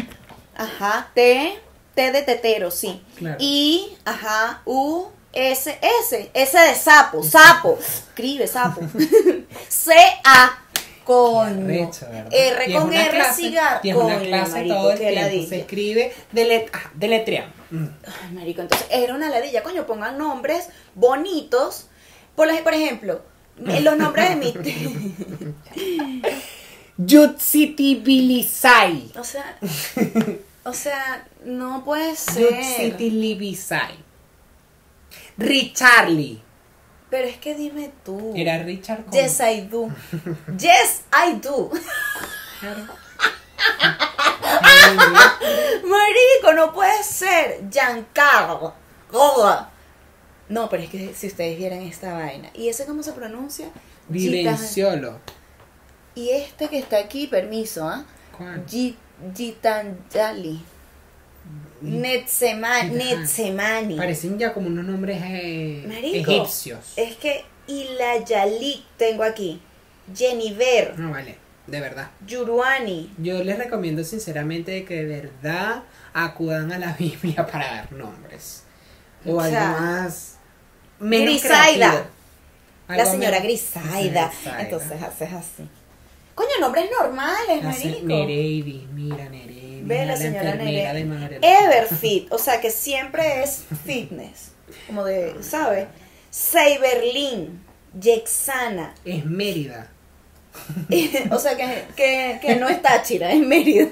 Speaker 1: ajá, T, T de tetero, sí.
Speaker 2: Claro.
Speaker 1: Y, ajá, U, S, S, S de sapo, sapo. Escribe sapo. C, A.
Speaker 2: Qué
Speaker 1: Coño.
Speaker 2: arrecho, ¿verdad? Y
Speaker 1: R
Speaker 2: es
Speaker 1: con
Speaker 2: una
Speaker 1: R
Speaker 2: clase-
Speaker 1: Eh, cigarro.
Speaker 2: Y es una
Speaker 1: Coño,
Speaker 2: clase
Speaker 1: marico,
Speaker 2: todo el
Speaker 1: qué
Speaker 2: tiempo.
Speaker 1: ladilla.
Speaker 2: Se escribe dele, ah, deletreando. Mm.
Speaker 1: Ay, marico, entonces era una ladilla, coño, pongan nombres bonitos. Por, la- por ejemplo, eh, los nombres de mi...
Speaker 2: Yutsitibilisai.
Speaker 1: o sea, o sea, no puede ser.
Speaker 2: Yutsitilibilisai. Richarly.
Speaker 1: Pero es que dime tú.
Speaker 2: Era Richard con-
Speaker 1: Uh. Yes, I do. Yes, I do.
Speaker 2: Claro. Ay, Dios.
Speaker 1: Marico, no puede ser. Giancarlo. Goda. No, pero es que si ustedes vieran esta vaina. ¿Y ese cómo se pronuncia? Chicas.
Speaker 2: Vivenciolo.
Speaker 1: Y este que está aquí, permiso, ¿ah?
Speaker 2: ¿Cuál?
Speaker 1: Gi- Gitanjali.
Speaker 2: Mm.
Speaker 1: Netsema-
Speaker 2: Gitan-
Speaker 1: Netsemani.
Speaker 2: Parecen ya como unos nombres eh,
Speaker 1: Marico. Eh.
Speaker 2: egipcios.
Speaker 1: Es que Ilayalik tengo aquí. Jennifer.
Speaker 2: No vale, de verdad.
Speaker 1: Yuruani.
Speaker 2: Yo les recomiendo sinceramente que de verdad acudan a la Biblia para dar nombres. O,
Speaker 1: O
Speaker 2: algo
Speaker 1: sea,
Speaker 2: más. menos
Speaker 1: Grisaida.
Speaker 2: creativo.
Speaker 1: La
Speaker 2: Algo
Speaker 1: señora
Speaker 2: menos-
Speaker 1: Grisaida.
Speaker 2: Grisaida.
Speaker 1: Entonces haces así. Coño, nombres normales,
Speaker 2: La se-
Speaker 1: marico.
Speaker 2: Nereidis, mira Nereidis.
Speaker 1: Ve la señora
Speaker 2: enfermera
Speaker 1: Nereidis.
Speaker 2: de Manuel.
Speaker 1: Everfit, o sea que siempre es fitness. Como de, ¿sabes? Seiberlin, Yexana.
Speaker 2: Es Mérida.
Speaker 1: o sea que, que, que no es Táchira, es Mérida.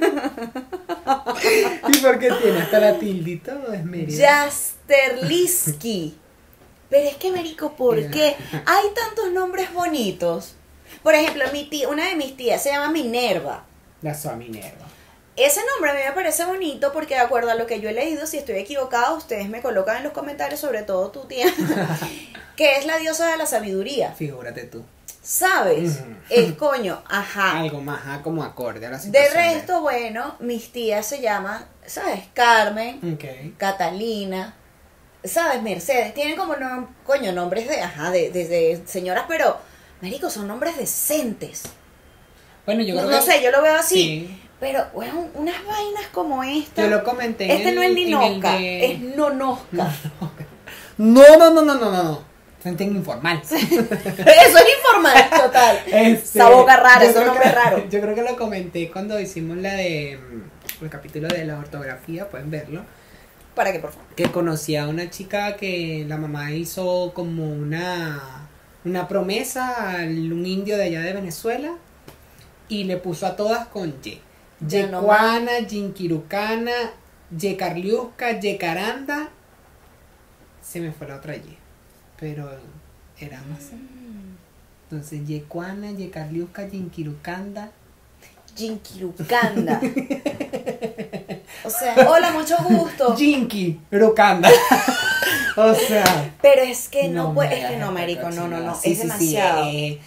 Speaker 2: ¿Y por qué tiene hasta la tilde y todo? Es Mérida.
Speaker 1: Jasterliski. Pero es que, Marico, ¿por
Speaker 2: Mira.
Speaker 1: qué hay tantos nombres bonitos? Por ejemplo, mi tía, una de mis tías se llama Minerva.
Speaker 2: La Soa Minerva.
Speaker 1: Ese nombre a mí me parece bonito porque de acuerdo a lo que yo he leído, si estoy equivocada, ustedes me colocan en los comentarios, sobre todo tu tía, que es la diosa de la sabiduría.
Speaker 2: Figúrate tú.
Speaker 1: ¿Sabes?
Speaker 2: Ujú.
Speaker 1: El coño, ajá.
Speaker 2: Algo más ah, como acorde a la
Speaker 1: De
Speaker 2: situación.
Speaker 1: resto, bueno, mis tías se llaman, ¿sabes? Carmen,
Speaker 2: Ok.
Speaker 1: Catalina, ¿sabes? Mercedes. Tienen como, nom- coño, nombres de, ajá, de, de- de señoras, pero, marico, son nombres decentes.
Speaker 2: Bueno, yo
Speaker 1: No,
Speaker 2: creo
Speaker 1: no
Speaker 2: que-
Speaker 1: sé, yo lo veo así.
Speaker 2: Sí.
Speaker 1: Pero, weón, unas vainas como esta.
Speaker 2: Yo lo comenté. en
Speaker 1: Este no es
Speaker 2: el- en el
Speaker 1: Ninoca,
Speaker 2: de-
Speaker 1: es Nonosca.
Speaker 2: No, no, no, no, no, no, no. Senten informal.
Speaker 1: Eso es informal, total.
Speaker 2: Este,
Speaker 1: Esa boca rara,
Speaker 2: yo
Speaker 1: ese
Speaker 2: creo
Speaker 1: nombre
Speaker 2: que-
Speaker 1: es raro.
Speaker 2: Yo creo que lo comenté cuando hicimos la de mm, el capítulo de la ortografía, pueden verlo.
Speaker 1: ¿Para qué, por favor?
Speaker 2: Que conocí a una chica que la mamá hizo como una una promesa a un indio de allá de Venezuela y le puso a todas con Y.
Speaker 1: Ya no
Speaker 2: Yecuana, Yinquirucana, Yecarliusca, Yecaranda. Se me fue la otra Y. Pero era más. Entonces, Yecuana, Yecarliusca, Yinquirucanda.
Speaker 1: Jinkirucanda. O sea, hola, mucho gusto.
Speaker 2: Yinquirucanda. o sea.
Speaker 1: Pero es que no,
Speaker 2: me
Speaker 1: puede, es
Speaker 2: hagas
Speaker 1: que no,
Speaker 2: esta
Speaker 1: marico, no, no,
Speaker 2: cochinada.
Speaker 1: no,
Speaker 2: Sí, sí,
Speaker 1: es
Speaker 2: sí,
Speaker 1: demasiado.
Speaker 2: eh,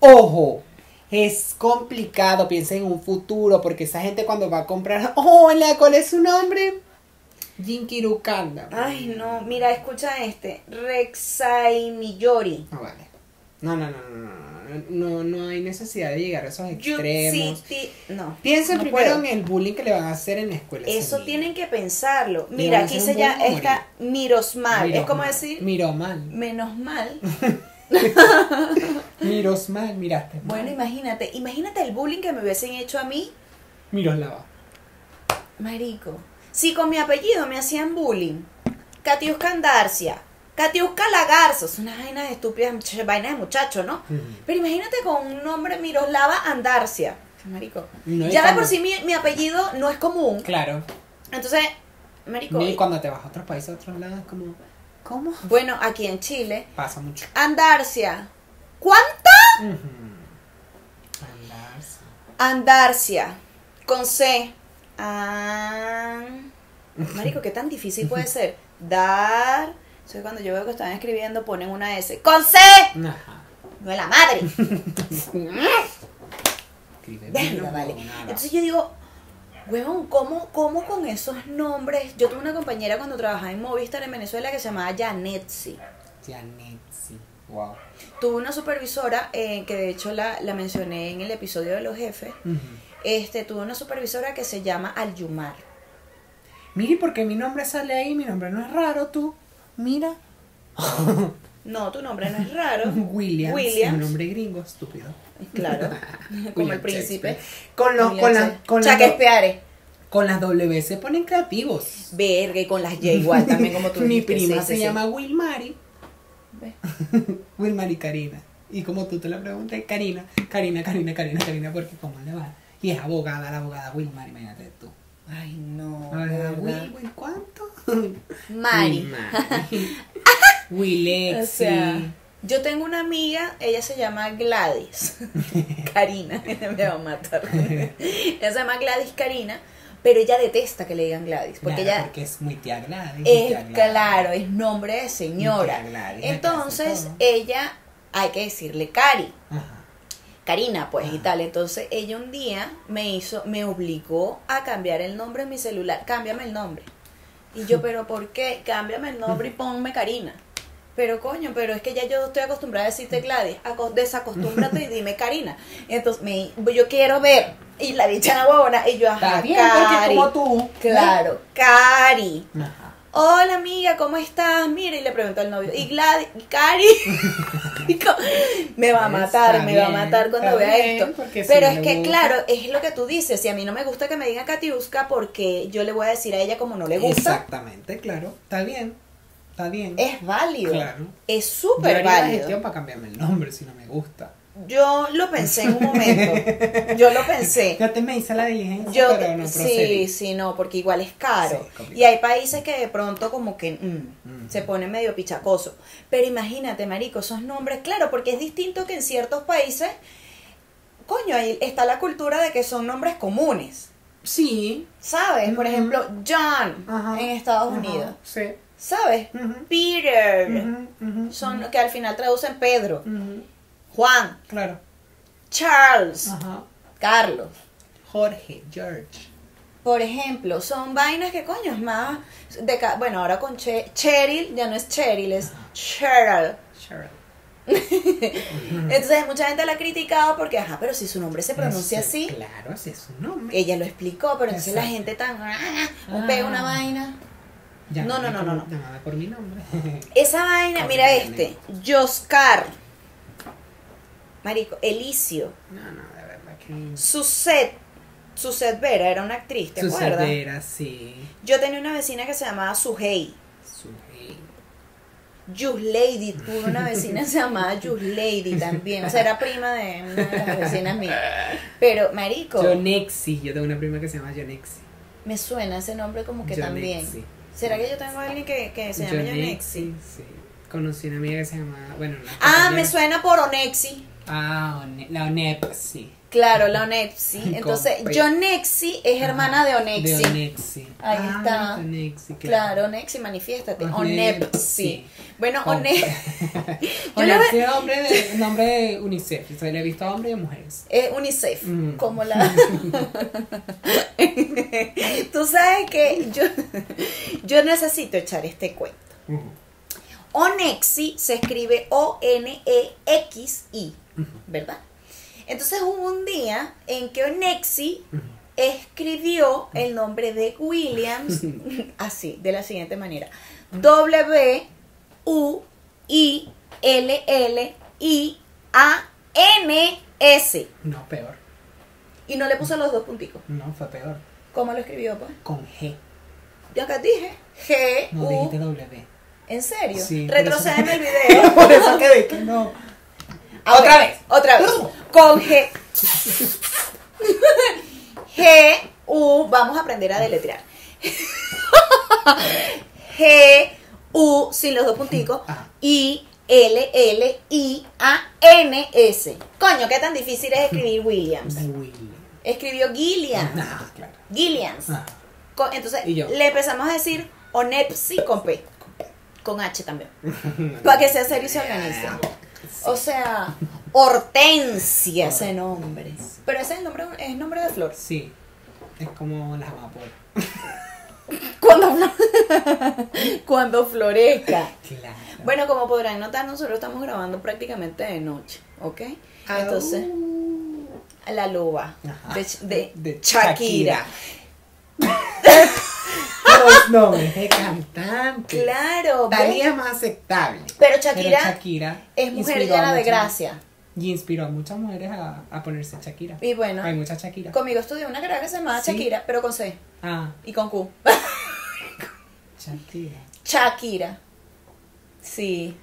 Speaker 2: ojo, es complicado, piensa en un futuro, porque esa gente cuando va a comprar, hola, ¿cuál es su nombre? Jinkirukanda.
Speaker 1: Ay, no, mira, escucha este, Rexai Miyori.
Speaker 2: No Ah, vale. No, no, no, no, no, no, no, no hay necesidad de llegar a esos extremos.
Speaker 1: Yutsiti- no.
Speaker 2: Piensen
Speaker 1: no
Speaker 2: primero
Speaker 1: puedo.
Speaker 2: en el bullying que le van a hacer en la escuela. a ese
Speaker 1: Eso
Speaker 2: niño.
Speaker 1: tienen que pensarlo.
Speaker 2: Le
Speaker 1: Mira,
Speaker 2: van a
Speaker 1: aquí
Speaker 2: hacer
Speaker 1: se
Speaker 2: un
Speaker 1: ya
Speaker 2: bullying
Speaker 1: está Mirosmal.
Speaker 2: Miró
Speaker 1: es como
Speaker 2: mal.
Speaker 1: decir,
Speaker 2: Miró mal.
Speaker 1: menos mal.
Speaker 2: Miros mal, miraste. mal.
Speaker 1: Bueno, imagínate, imagínate el bullying que me hubiesen hecho a mí,
Speaker 2: Miroslava.
Speaker 1: marico. Si con mi apellido me hacían bullying, Katiuska Andarcia, Katiuska Lagarzo, son unas vainas estúpidas, ch- vainas de muchacho, ¿no?
Speaker 2: Ujú.
Speaker 1: Pero imagínate con un nombre Miroslava Andarcia, marico.
Speaker 2: No, y
Speaker 1: ya de
Speaker 2: cuando-
Speaker 1: por sí mi, mi apellido no es común,
Speaker 2: Claro.
Speaker 1: entonces, marico. eh,
Speaker 2: Y cuando te vas a otros países, a otros lados, es como, ¿cómo?
Speaker 1: Bueno, aquí en Chile,
Speaker 2: Pasa mucho.
Speaker 1: Andarcia, ¿cuánto? Andarcia, con C. Ah, marico, ¿qué tan difícil puede ser? Dar. Soy cuando yo veo que están escribiendo, ponen una S. ¡Con C!
Speaker 2: Ajá.
Speaker 1: No es la madre.
Speaker 2: Escribe
Speaker 1: Verga,
Speaker 2: vino,
Speaker 1: vale.
Speaker 2: nada.
Speaker 1: Entonces yo digo, huevón, ¿cómo, ¿cómo con esos nombres? Yo tuve una compañera cuando trabajaba en Movistar en Venezuela que se llamaba Janetsi.
Speaker 2: Janet, sí. Wow.
Speaker 1: Tuve una supervisora, eh, que de hecho la, la mencioné en el episodio de los jefes,
Speaker 2: Ujú.
Speaker 1: este, tuve una supervisora que se llama Alyumar.
Speaker 2: Mire, porque mi nombre sale ahí, mi nombre no es raro, tú. Mira.
Speaker 1: No, tu nombre no es raro.
Speaker 2: Williams.
Speaker 1: Williams.
Speaker 2: Un nombre gringo, estúpido.
Speaker 1: Claro. Como el
Speaker 2: William
Speaker 1: príncipe.
Speaker 2: Shakespeare. Con, los, con, la- con, la-
Speaker 1: Shakespeare.
Speaker 2: con las W se ponen creativos.
Speaker 1: Verga, y con las J igual también como tú
Speaker 2: Mi
Speaker 1: dijiste,
Speaker 2: prima
Speaker 1: sí,
Speaker 2: se
Speaker 1: sí, sí.
Speaker 2: llama Wilmary.
Speaker 1: Ve.
Speaker 2: Wilmary Karina. Y como tú te la preguntas, Karina, Karina, Karina, Karina, Karina, porque cómo le va. Y es abogada, la abogada Wilmary, imagínate tú.
Speaker 1: Ay, no.
Speaker 2: Abogada
Speaker 1: ¿verdad?
Speaker 2: Will, Will, ¿cuánto?
Speaker 1: Mari.
Speaker 2: Wilmary. Willexi.
Speaker 1: O sea, yo tengo una amiga, ella se llama Gladys. Karina, me va a matar. ella se llama Gladys Karina, pero ella detesta que le digan Gladys, porque
Speaker 2: Claro,
Speaker 1: ella
Speaker 2: porque es muy tía Gladys. muy
Speaker 1: es,
Speaker 2: tía Gladys.
Speaker 1: claro, es nombre de señora.
Speaker 2: Tía Gladys, la que hace
Speaker 1: Entonces,
Speaker 2: todo.
Speaker 1: ella, hay que decirle Cari,
Speaker 2: Ajá.
Speaker 1: Karina, pues, y
Speaker 2: Ajá.
Speaker 1: tal. Entonces, ella un día me hizo, me obligó a cambiar el nombre en mi celular. Cámbiame el nombre. Y yo, pero ¿por qué? Cámbiame el nombre y ponme Karina. Pero coño, pero es que ya yo estoy acostumbrada a decirte Gladys. Aco- Desacostúmbrate y dime Karina. Entonces, me, yo quiero ver. Y la dicha huevona. Y yo,
Speaker 2: Está
Speaker 1: ajá,
Speaker 2: bien, porque
Speaker 1: Cari.
Speaker 2: como tú.
Speaker 1: Claro, Cari.
Speaker 2: Ajá.
Speaker 1: Hola amiga, ¿cómo estás? Mira, y le preguntó al novio. Y Gladys, y Cari, Y co- me va a matar,
Speaker 2: Está
Speaker 1: me va a
Speaker 2: bien,
Speaker 1: matar cuando
Speaker 2: está
Speaker 1: vea
Speaker 2: bien,
Speaker 1: esto.
Speaker 2: porque si
Speaker 1: Pero
Speaker 2: no
Speaker 1: es
Speaker 2: le
Speaker 1: que,
Speaker 2: gusta.
Speaker 1: claro, es lo que tú dices. Si a mí no me gusta que me digan Katiuska, porque yo le voy a decir a ella como no le gusta,
Speaker 2: Exactamente, claro. Está bien. Está bien.
Speaker 1: es válido.
Speaker 2: Claro.
Speaker 1: Es
Speaker 2: Yo haría
Speaker 1: súper
Speaker 2: la
Speaker 1: válido.
Speaker 2: gestión para cambiarme el nombre si no me gusta.
Speaker 1: Yo lo pensé en un momento. Yo lo pensé.
Speaker 2: Ya te me hice la diligencia,
Speaker 1: Yo,
Speaker 2: pero no
Speaker 1: sí,
Speaker 2: procedí.
Speaker 1: sí, no, porque igual es caro.
Speaker 2: Sí, complicado.
Speaker 1: y hay países que de pronto como que mm,
Speaker 2: Ujú.
Speaker 1: se pone medio pichacoso. Pero imagínate, marico, esos nombres, claro, porque es distinto que en ciertos países, coño, ahí está la cultura de que son nombres comunes.
Speaker 2: Sí.
Speaker 1: ¿Sabes? Por
Speaker 2: Ujú.
Speaker 1: ejemplo, John
Speaker 2: Ajá,
Speaker 1: en Estados
Speaker 2: ajá,
Speaker 1: Unidos.
Speaker 2: Sí.
Speaker 1: ¿Sabes?
Speaker 2: Ujú.
Speaker 1: Peter.
Speaker 2: Ujú, ujú,
Speaker 1: Son
Speaker 2: ujú,
Speaker 1: los que al final traducen Pedro,
Speaker 2: ujú.
Speaker 1: Juan,
Speaker 2: Claro.
Speaker 1: Charles,
Speaker 2: Ajá.
Speaker 1: Carlos.
Speaker 2: Jorge, George.
Speaker 1: Por ejemplo, son vainas que coño es más de ca- bueno, ahora con che Cheryl ya no es Cheryl, es Cheryl.
Speaker 2: Cheryl.
Speaker 1: Entonces mucha gente la ha criticado porque ajá, pero si su nombre se pronuncia
Speaker 2: Ese-
Speaker 1: así,
Speaker 2: Claro, ese es su nombre.
Speaker 1: ella lo explicó, pero entonces la
Speaker 2: Exacto.
Speaker 1: gente tan ah,
Speaker 2: Ah.
Speaker 1: pega una vaina. Eh, no,
Speaker 2: Llámame
Speaker 1: no,
Speaker 2: por-
Speaker 1: no, no.
Speaker 2: llámame por mi nombre.
Speaker 1: Esa vaina, mira este, Joscar. Marico, Elicio,
Speaker 2: no, no, de verdad que...
Speaker 1: Suzette, Suzette Vera era una actriz, ¿te acuerdas?
Speaker 2: Sucedera, sí.
Speaker 1: Yo tenía una vecina que se llamaba Sujei.
Speaker 2: Su
Speaker 1: Just Lady, tuve una vecina que se llamaba Just Lady también, o sea, era prima de una de las vecinas mías. Pero, marico,
Speaker 2: Jonexi, yo tengo una prima que se llama Jonexi.
Speaker 1: me suena ese nombre como que también. ¿Será que yo tengo a alguien que, que se llama Yonexi?
Speaker 2: Jonexi, sí. Conocí una amiga que se llama, bueno, una
Speaker 1: Ah, me
Speaker 2: compañera.
Speaker 1: suena por Onexi.
Speaker 2: Ah, One- la Onepsi.
Speaker 1: Claro, la Onexi.
Speaker 2: Con
Speaker 1: Entonces,
Speaker 2: P.
Speaker 1: Yonexi es hermana de
Speaker 2: De
Speaker 1: Onexi.
Speaker 2: Onexi.
Speaker 1: Ahí
Speaker 2: Ah,
Speaker 1: está.
Speaker 2: Onexi,
Speaker 1: Claro, Onexi, manifiéstate. Onepsi. Bueno,
Speaker 2: Con-
Speaker 1: Onexi. Yo la
Speaker 2: Onexi es hombre de, nombre de UNICEF. O sea, le he visto a hombres y a mujeres.
Speaker 1: Es UNICEF,
Speaker 2: Mm.
Speaker 1: como la... Tú sabes que yo, yo necesito echar este cuento. Onexi se escribe O-N-E-X-I, ¿verdad? Entonces hubo un día en que Onexi escribió el nombre de Williams así, de la siguiente manera. W-U-I-L-L-I-A-N-S.
Speaker 2: No, peor.
Speaker 1: Y no le puso los dos punticos.
Speaker 2: No, fue peor.
Speaker 1: ¿Cómo lo escribió, pues?
Speaker 2: Con G.
Speaker 1: Yo acá dije G,
Speaker 2: No dijiste
Speaker 1: U.
Speaker 2: W.
Speaker 1: ¿En serio?
Speaker 2: Sí, por
Speaker 1: Retrocédeme el video.
Speaker 2: Por eso quedé que no.
Speaker 1: A
Speaker 2: Otra
Speaker 1: ver,
Speaker 2: vez.
Speaker 1: Otra vez.
Speaker 2: No.
Speaker 1: Con G. G, U. Vamos a aprender a deletrear. G, U, sin los dos punticos.
Speaker 2: Ah.
Speaker 1: I, L, L, I, A, N, S. Coño, qué tan difícil es escribir Williams.
Speaker 2: Williams.
Speaker 1: Escribió Gillian.
Speaker 2: Nah, Ah, pues, claro.
Speaker 1: Gillians.
Speaker 2: Ah,
Speaker 1: Co- Entonces
Speaker 2: Y yo.
Speaker 1: le empezamos a decir Onepsi con P. Con H también. Para que sea serio y se organice. O sea, Hortensia ese nombre. Pero ese es el nombre, es nombre de flor.
Speaker 2: Sí. Es como las amapolas.
Speaker 1: Cuando, flo- cuando florezca.
Speaker 2: Claro.
Speaker 1: Bueno, como podrán notar, nosotros estamos grabando prácticamente de noche, ¿ok? Entonces,
Speaker 2: Uh.
Speaker 1: la loba
Speaker 2: Ajá.
Speaker 1: de, Ch- de
Speaker 2: De
Speaker 1: Shakira.
Speaker 2: Shakira. Los nombres de cantantes.
Speaker 1: Claro, ¿ves?
Speaker 2: Talía más aceptable.
Speaker 1: pero
Speaker 2: Pero
Speaker 1: Shakira
Speaker 2: Shakira
Speaker 1: es mujer
Speaker 2: inspiró a
Speaker 1: llena de
Speaker 2: muchas-
Speaker 1: gracia.
Speaker 2: Y inspiró a muchas mujeres a, a ponerse Shakira.
Speaker 1: Y bueno,
Speaker 2: Hay muchas Shakira.
Speaker 1: conmigo estudió una carrera que se llamaba
Speaker 2: Sí.
Speaker 1: Shakira, pero con C
Speaker 2: Ah,
Speaker 1: y con Q.
Speaker 2: Shakira.
Speaker 1: Shakira. Sí.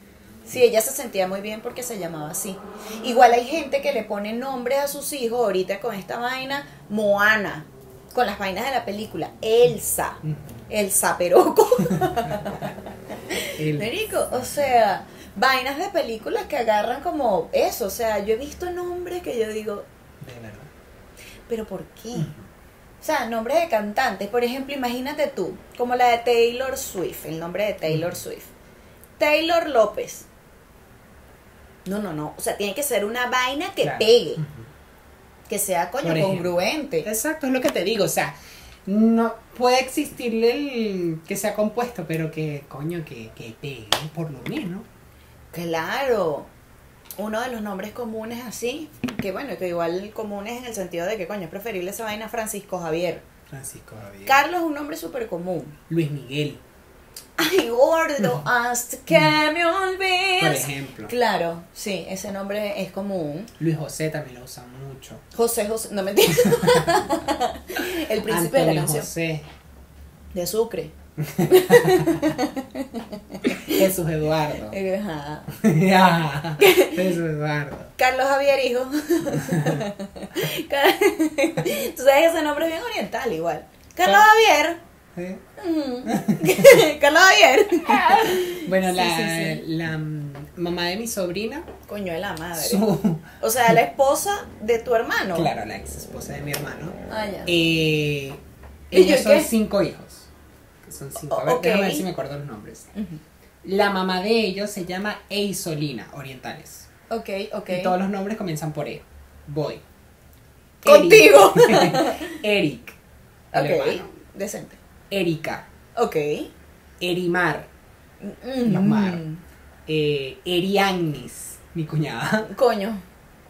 Speaker 1: Sí, ella se sentía muy bien porque se llamaba así. Igual hay gente que le pone nombres a sus hijos ahorita con esta vaina, Moana, con las vainas de la película, Elsa,
Speaker 2: Mm.
Speaker 1: Elsa Peroco.
Speaker 2: El-
Speaker 1: Marico, o sea, vainas de películas que agarran como eso, o sea, yo he visto nombres que yo digo,
Speaker 2: de verdad.
Speaker 1: pero ¿por qué? O sea, nombres de cantantes, por ejemplo, imagínate tú, como la de Taylor Swift, el nombre de Taylor Swift. Taylor López. No, no, no, o sea, tiene que ser una vaina que
Speaker 2: Claro.
Speaker 1: pegue,
Speaker 2: Ujú.
Speaker 1: que sea coño
Speaker 2: Por ejemplo.
Speaker 1: congruente.
Speaker 2: Exacto, es lo que te digo, o sea, no puede existirle el que sea compuesto, pero que coño, que, que pegue por lo menos.
Speaker 1: Claro. Uno de los nombres comunes así, que bueno, que igual comunes en el sentido de que coño, es preferible esa vaina a Francisco Javier.
Speaker 2: Francisco Javier.
Speaker 1: Carlos es un nombre súper común.
Speaker 2: Luis Miguel,
Speaker 1: Ay, gordo, hasta que me olvides.
Speaker 2: por ejemplo.
Speaker 1: Claro, sí, ese nombre es común.
Speaker 2: Luis José también lo usa mucho.
Speaker 1: José José, no me El príncipe de
Speaker 2: Antonio
Speaker 1: la canción.
Speaker 2: José,
Speaker 1: De Sucre.
Speaker 2: Jesús Eduardo.
Speaker 1: Eh. Ajá.
Speaker 2: Ah, Jesús Eduardo.
Speaker 1: Carlos Javier, hijo. Ca- Tú sabes que ese nombre es bien oriental igual. Carlos
Speaker 2: Ah.
Speaker 1: Javier.
Speaker 2: ¿Sí?
Speaker 1: Mm. Carlos Javier.
Speaker 2: Bueno,
Speaker 1: Sí,
Speaker 2: la,
Speaker 1: sí,
Speaker 2: la, mm, mamá de mi sobrina,
Speaker 1: Coño de la madre.
Speaker 2: su,
Speaker 1: O sea, la esposa de tu hermano.
Speaker 2: claro, la ex esposa de mi hermano,
Speaker 1: Ah, ya.
Speaker 2: Eh,
Speaker 1: ¿Y yo
Speaker 2: ellos
Speaker 1: en
Speaker 2: son
Speaker 1: qué?
Speaker 2: cinco hijos. Que Son cinco. A ver,
Speaker 1: O-
Speaker 2: déjame
Speaker 1: ok.
Speaker 2: ver si me acuerdo los nombres.
Speaker 1: Ujú.
Speaker 2: La mamá de ellos se llama Eisolina, orientales.
Speaker 1: Ok, ok.
Speaker 2: Y todos los nombres comienzan por E. Voy.
Speaker 1: Contigo.
Speaker 2: Eric. Eric, el
Speaker 1: Ok,
Speaker 2: hermano.
Speaker 1: decente.
Speaker 2: Erika.
Speaker 1: Ok.
Speaker 2: Erimar.
Speaker 1: Mm.
Speaker 2: Mamar. Eh, Eriagnis, mi cuñada.
Speaker 1: Coño,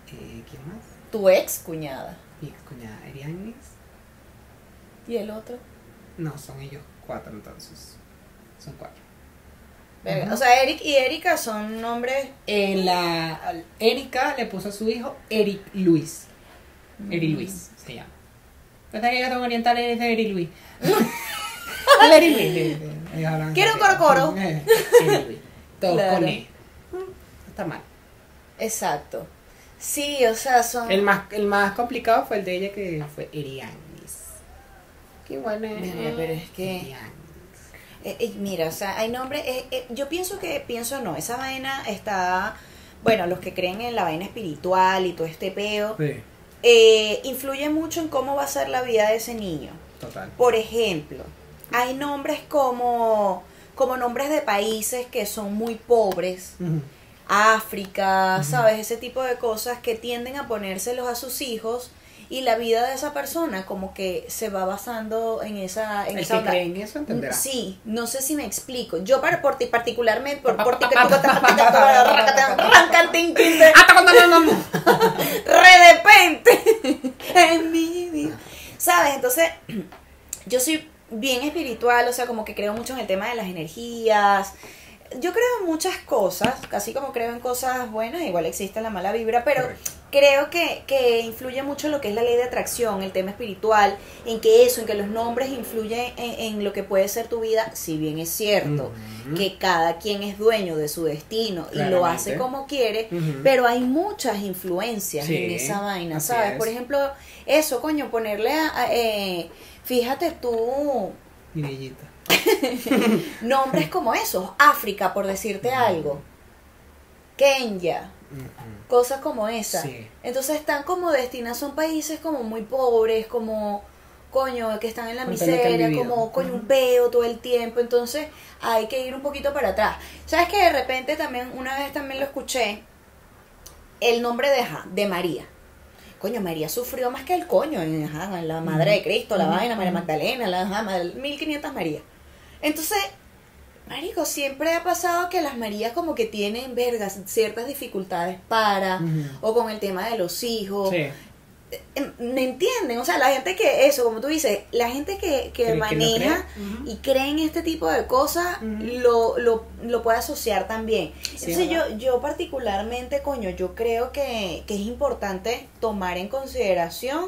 Speaker 2: Eh, ¿Quién más?
Speaker 1: tu ex cuñada.
Speaker 2: Mi cuñada Eriagnis.
Speaker 1: ¿Y el otro?
Speaker 2: No, son ellos cuatro entonces. Son cuatro.
Speaker 1: Verga,
Speaker 2: Ajá.
Speaker 1: O sea, Eric y Erika son nombres.
Speaker 2: Eh, la Erika le puso a su hijo Eric Luis.
Speaker 1: Mm.
Speaker 2: Eric Luis se llama. ¿Verdad que yo tengo oriental es de Eric Luis? El Eric Luis. eh, ellos hablan
Speaker 1: Quiero
Speaker 2: así.
Speaker 1: un corocoro.
Speaker 2: Eh, Eric Luis. Todos
Speaker 1: Claro.
Speaker 2: con E. Mm, no Está mal.
Speaker 1: Exacto. Sí, o sea, son.
Speaker 2: El más, el más complicado fue el de ella que fue Erianis. Qué bueno
Speaker 1: Mira, pero es que- Eh, eh, mira, o sea, hay nombres. eh, eh, yo pienso que, pienso no, esa vaina está. Bueno, los que creen en la vaina espiritual y todo este peo, eh, influye mucho en cómo va a ser la vida de ese niño.
Speaker 2: total.
Speaker 1: Por ejemplo, hay nombres como, como nombres de países que son muy pobres, África, ¿sabes? Ese tipo de cosas que tienden a ponérselos a sus hijos y la vida de esa persona como que se va basando en esa... En
Speaker 2: El
Speaker 1: esa
Speaker 2: que
Speaker 1: onda.
Speaker 2: cree en eso entenderá.
Speaker 1: Sí, no sé si me explico. Yo para, por ti particularmente, por, por ti que
Speaker 2: Hasta cuando ¡Ah, no, no, no.
Speaker 1: de repente en mi vida. ¿Sabes? Entonces, yo soy bien espiritual, o sea, como que creo mucho en el tema de las energías. Yo creo en muchas cosas, así como creo en cosas buenas, igual existe la mala vibra, pero
Speaker 2: Correcto.
Speaker 1: creo que, que influye mucho lo que es la ley de atracción, el tema espiritual, en que eso, en que los nombres influyen en, en lo que puede ser tu vida, si bien es cierto
Speaker 2: Ujú.
Speaker 1: que cada quien es dueño de su destino y lo hace
Speaker 2: Claramente.
Speaker 1: como quiere,
Speaker 2: Ujú.
Speaker 1: pero hay muchas influencias
Speaker 2: Sí,
Speaker 1: en esa vaina,
Speaker 2: así
Speaker 1: ¿sabes?
Speaker 2: es.
Speaker 1: Por ejemplo, eso, coño, ponerle a, a- eh, fíjate tú,
Speaker 2: Mirellita.
Speaker 1: nombres como esos, África, por decirte algo, Kenya,
Speaker 2: Ujú.
Speaker 1: cosas como esa.
Speaker 2: Sí.
Speaker 1: Entonces están como destinados, son países como muy pobres, como coño, que están en la
Speaker 2: Con todo lo que han
Speaker 1: miseria,
Speaker 2: vivido.
Speaker 1: como coño, un
Speaker 2: Ujú.
Speaker 1: peo todo el tiempo, entonces hay que ir un poquito para atrás. ¿Sabes que de repente también, una vez también lo escuché, el nombre de, ajá, de María? Coño, María sufrió más que el coño, en, ajá, la madre de Cristo, la vaina, María Magdalena, la ajá, madre- 1500 María. Entonces, Marico, siempre ha pasado que las Marías como que tienen vergas ciertas dificultades para,
Speaker 2: Ujú.
Speaker 1: o con el tema de los hijos.
Speaker 2: Sí.
Speaker 1: Em, ¿Me entienden? O sea, la gente que, eso, como tú dices, la gente que, que
Speaker 2: Que- que lo
Speaker 1: maneja y cree en este tipo de cosas,
Speaker 2: Ujú.
Speaker 1: lo, lo, lo puede asociar también.
Speaker 2: Sí,
Speaker 1: Entonces
Speaker 2: es verdad.
Speaker 1: yo, yo particularmente, coño, yo creo que, que es importante tomar en consideración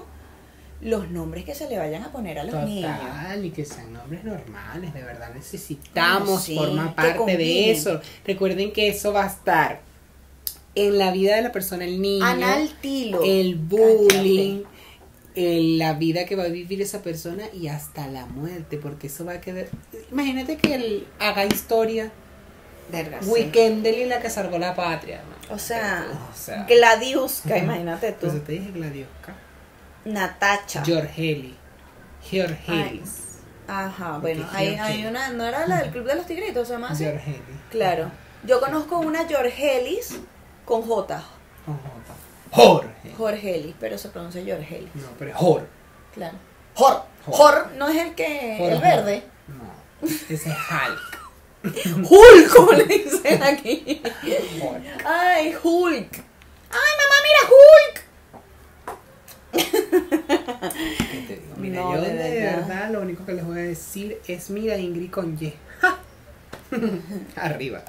Speaker 1: los nombres que se le vayan a poner a los niños.
Speaker 2: Total, y que sean hombres normales, de verdad necesitamos
Speaker 1: Sí, que
Speaker 2: formar parte
Speaker 1: combinen.
Speaker 2: de eso. Recuerden que eso va a estar en la vida de la persona, el niño,
Speaker 1: Anal Tilo.
Speaker 2: el bullying, el- la vida que va a vivir esa persona y hasta la muerte, porque eso va a quedar... Imagínate que él haga historia,
Speaker 1: Verga, sí.
Speaker 2: Weekendel y la que salvó la patria. ¿no?
Speaker 1: O sea,
Speaker 2: O sea,
Speaker 1: Gladiuska, imagínate
Speaker 2: pues yo
Speaker 1: tú.
Speaker 2: te dije Gladiosca.
Speaker 1: Natacha.
Speaker 2: Georgeli. Georgeli.
Speaker 1: Ajá,
Speaker 2: Porque
Speaker 1: bueno, hay,
Speaker 2: creo
Speaker 1: hay
Speaker 2: que-
Speaker 1: una, ¿no era la del Club de los Tigritos? ¿Se llama así?
Speaker 2: Georgeli.
Speaker 1: Claro. Yo conozco una Georgelis con J,
Speaker 2: Con J. Jorge.
Speaker 1: Jorgelis, pero se pronuncia Georgelis.
Speaker 2: No, pero es Jor.
Speaker 1: Claro. Jor,
Speaker 2: Jor.
Speaker 1: Jor, no es el que,
Speaker 2: Jor,
Speaker 1: el
Speaker 2: Jor.
Speaker 1: verde.
Speaker 2: No, ese es Hulk.
Speaker 1: Hulk, como le dicen aquí.
Speaker 2: Hulk.
Speaker 1: Ay, Hulk. Ay, mamá, mira Hulk.
Speaker 2: ¿Qué te digo? Mira,
Speaker 1: No,
Speaker 2: yo
Speaker 1: de
Speaker 2: de,
Speaker 1: verdad.
Speaker 2: verdad. lo único que les voy a decir es mira Ingrid con Y. ¡Ja! Arriba.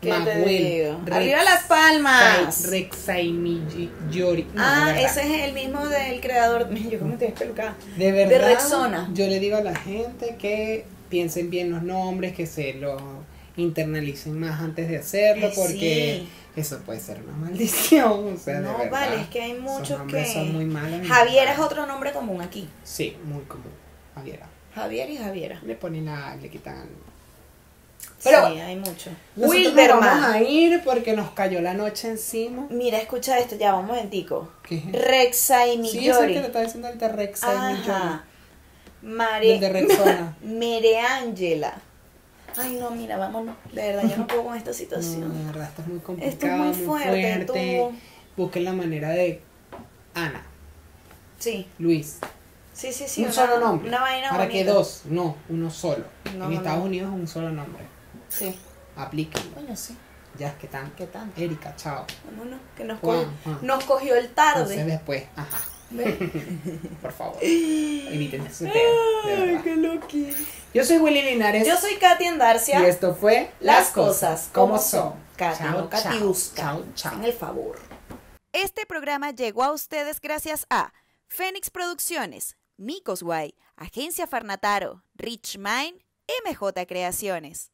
Speaker 1: ¿Qué te digo?
Speaker 2: Rex-
Speaker 1: Arriba las palmas.
Speaker 2: Sai- Rexaimiji Yori. No, de
Speaker 1: ah,
Speaker 2: verdad.
Speaker 1: ese es el mismo del creador. Yo como te despelucada.
Speaker 2: De verdad.
Speaker 1: Rexona.
Speaker 2: Yo le digo a la gente que piensen bien los nombres, que se los internalicen más antes de hacerlo,
Speaker 1: Ay,
Speaker 2: porque
Speaker 1: sí.
Speaker 2: eso puede ser una maldición. O sea, de
Speaker 1: no,
Speaker 2: verdad.
Speaker 1: vale, es que hay
Speaker 2: Esos
Speaker 1: muchos
Speaker 2: nombres
Speaker 1: que...
Speaker 2: son muy malos.
Speaker 1: Javier es otro nombre común aquí.
Speaker 2: Sí, muy común. Javiera.
Speaker 1: Javier y Javiera.
Speaker 2: Le ponen la, le quitan.
Speaker 1: Pero
Speaker 2: Pero
Speaker 1: sí,
Speaker 2: bueno.
Speaker 1: hay mucho.
Speaker 2: Nosotros nos Vamos
Speaker 1: Wilderman.
Speaker 2: a ir porque nos cayó la noche encima.
Speaker 1: Mira, escucha esto, ya, un momentico.
Speaker 2: ¿Qué es esto?
Speaker 1: Rexa y
Speaker 2: Sí, es el que le
Speaker 1: Miyori.
Speaker 2: está diciendo el de Rex
Speaker 1: Ajá.
Speaker 2: El de
Speaker 1: Mare...
Speaker 2: Rexona.
Speaker 1: Mereangela. Ay, no, mira, vámonos. De verdad, yo no puedo con esta
Speaker 2: No,
Speaker 1: situación.
Speaker 2: de verdad, esto es Mm, muy complicado.
Speaker 1: Esto es muy fuerte, tú.
Speaker 2: Busquen la manera de Ana,
Speaker 1: Sí,
Speaker 2: Luis.
Speaker 1: sí, sí, sí.
Speaker 2: un
Speaker 1: una-
Speaker 2: solo nombre.
Speaker 1: Una vaina
Speaker 2: Para
Speaker 1: bonita.
Speaker 2: que dos, no, uno solo.
Speaker 1: No,
Speaker 2: en
Speaker 1: no,
Speaker 2: Estados
Speaker 1: no.
Speaker 2: Unidos es un solo nombre.
Speaker 1: Sí.
Speaker 2: Aplíquenlo.
Speaker 1: Coño, sí.
Speaker 2: Ya es que tan.
Speaker 1: ¿Qué tanto?
Speaker 2: Erika, chao.
Speaker 1: Vámonos, que nos,
Speaker 2: Juan,
Speaker 1: cogió-
Speaker 2: Juan.
Speaker 1: nos cogió el
Speaker 2: Entonces
Speaker 1: tarde.
Speaker 2: después, ajá,
Speaker 1: ¿Ves?
Speaker 2: por favor. Eviten ese pedo, de
Speaker 1: Ay,
Speaker 2: verdad.
Speaker 1: qué loqui.
Speaker 2: Yo soy Willy Linares.
Speaker 1: Yo soy Katy Andarcia.
Speaker 2: Y esto fue
Speaker 1: Las cosas como son. Katy, no
Speaker 2: Chao, chao.
Speaker 1: Katiuska.
Speaker 2: Chao, chao.
Speaker 1: Hagan el favor. Este programa llegó a ustedes gracias a Fénix Producciones, Micos Guay, Agencia Farnataro, Rich Mind, MJ Creaciones.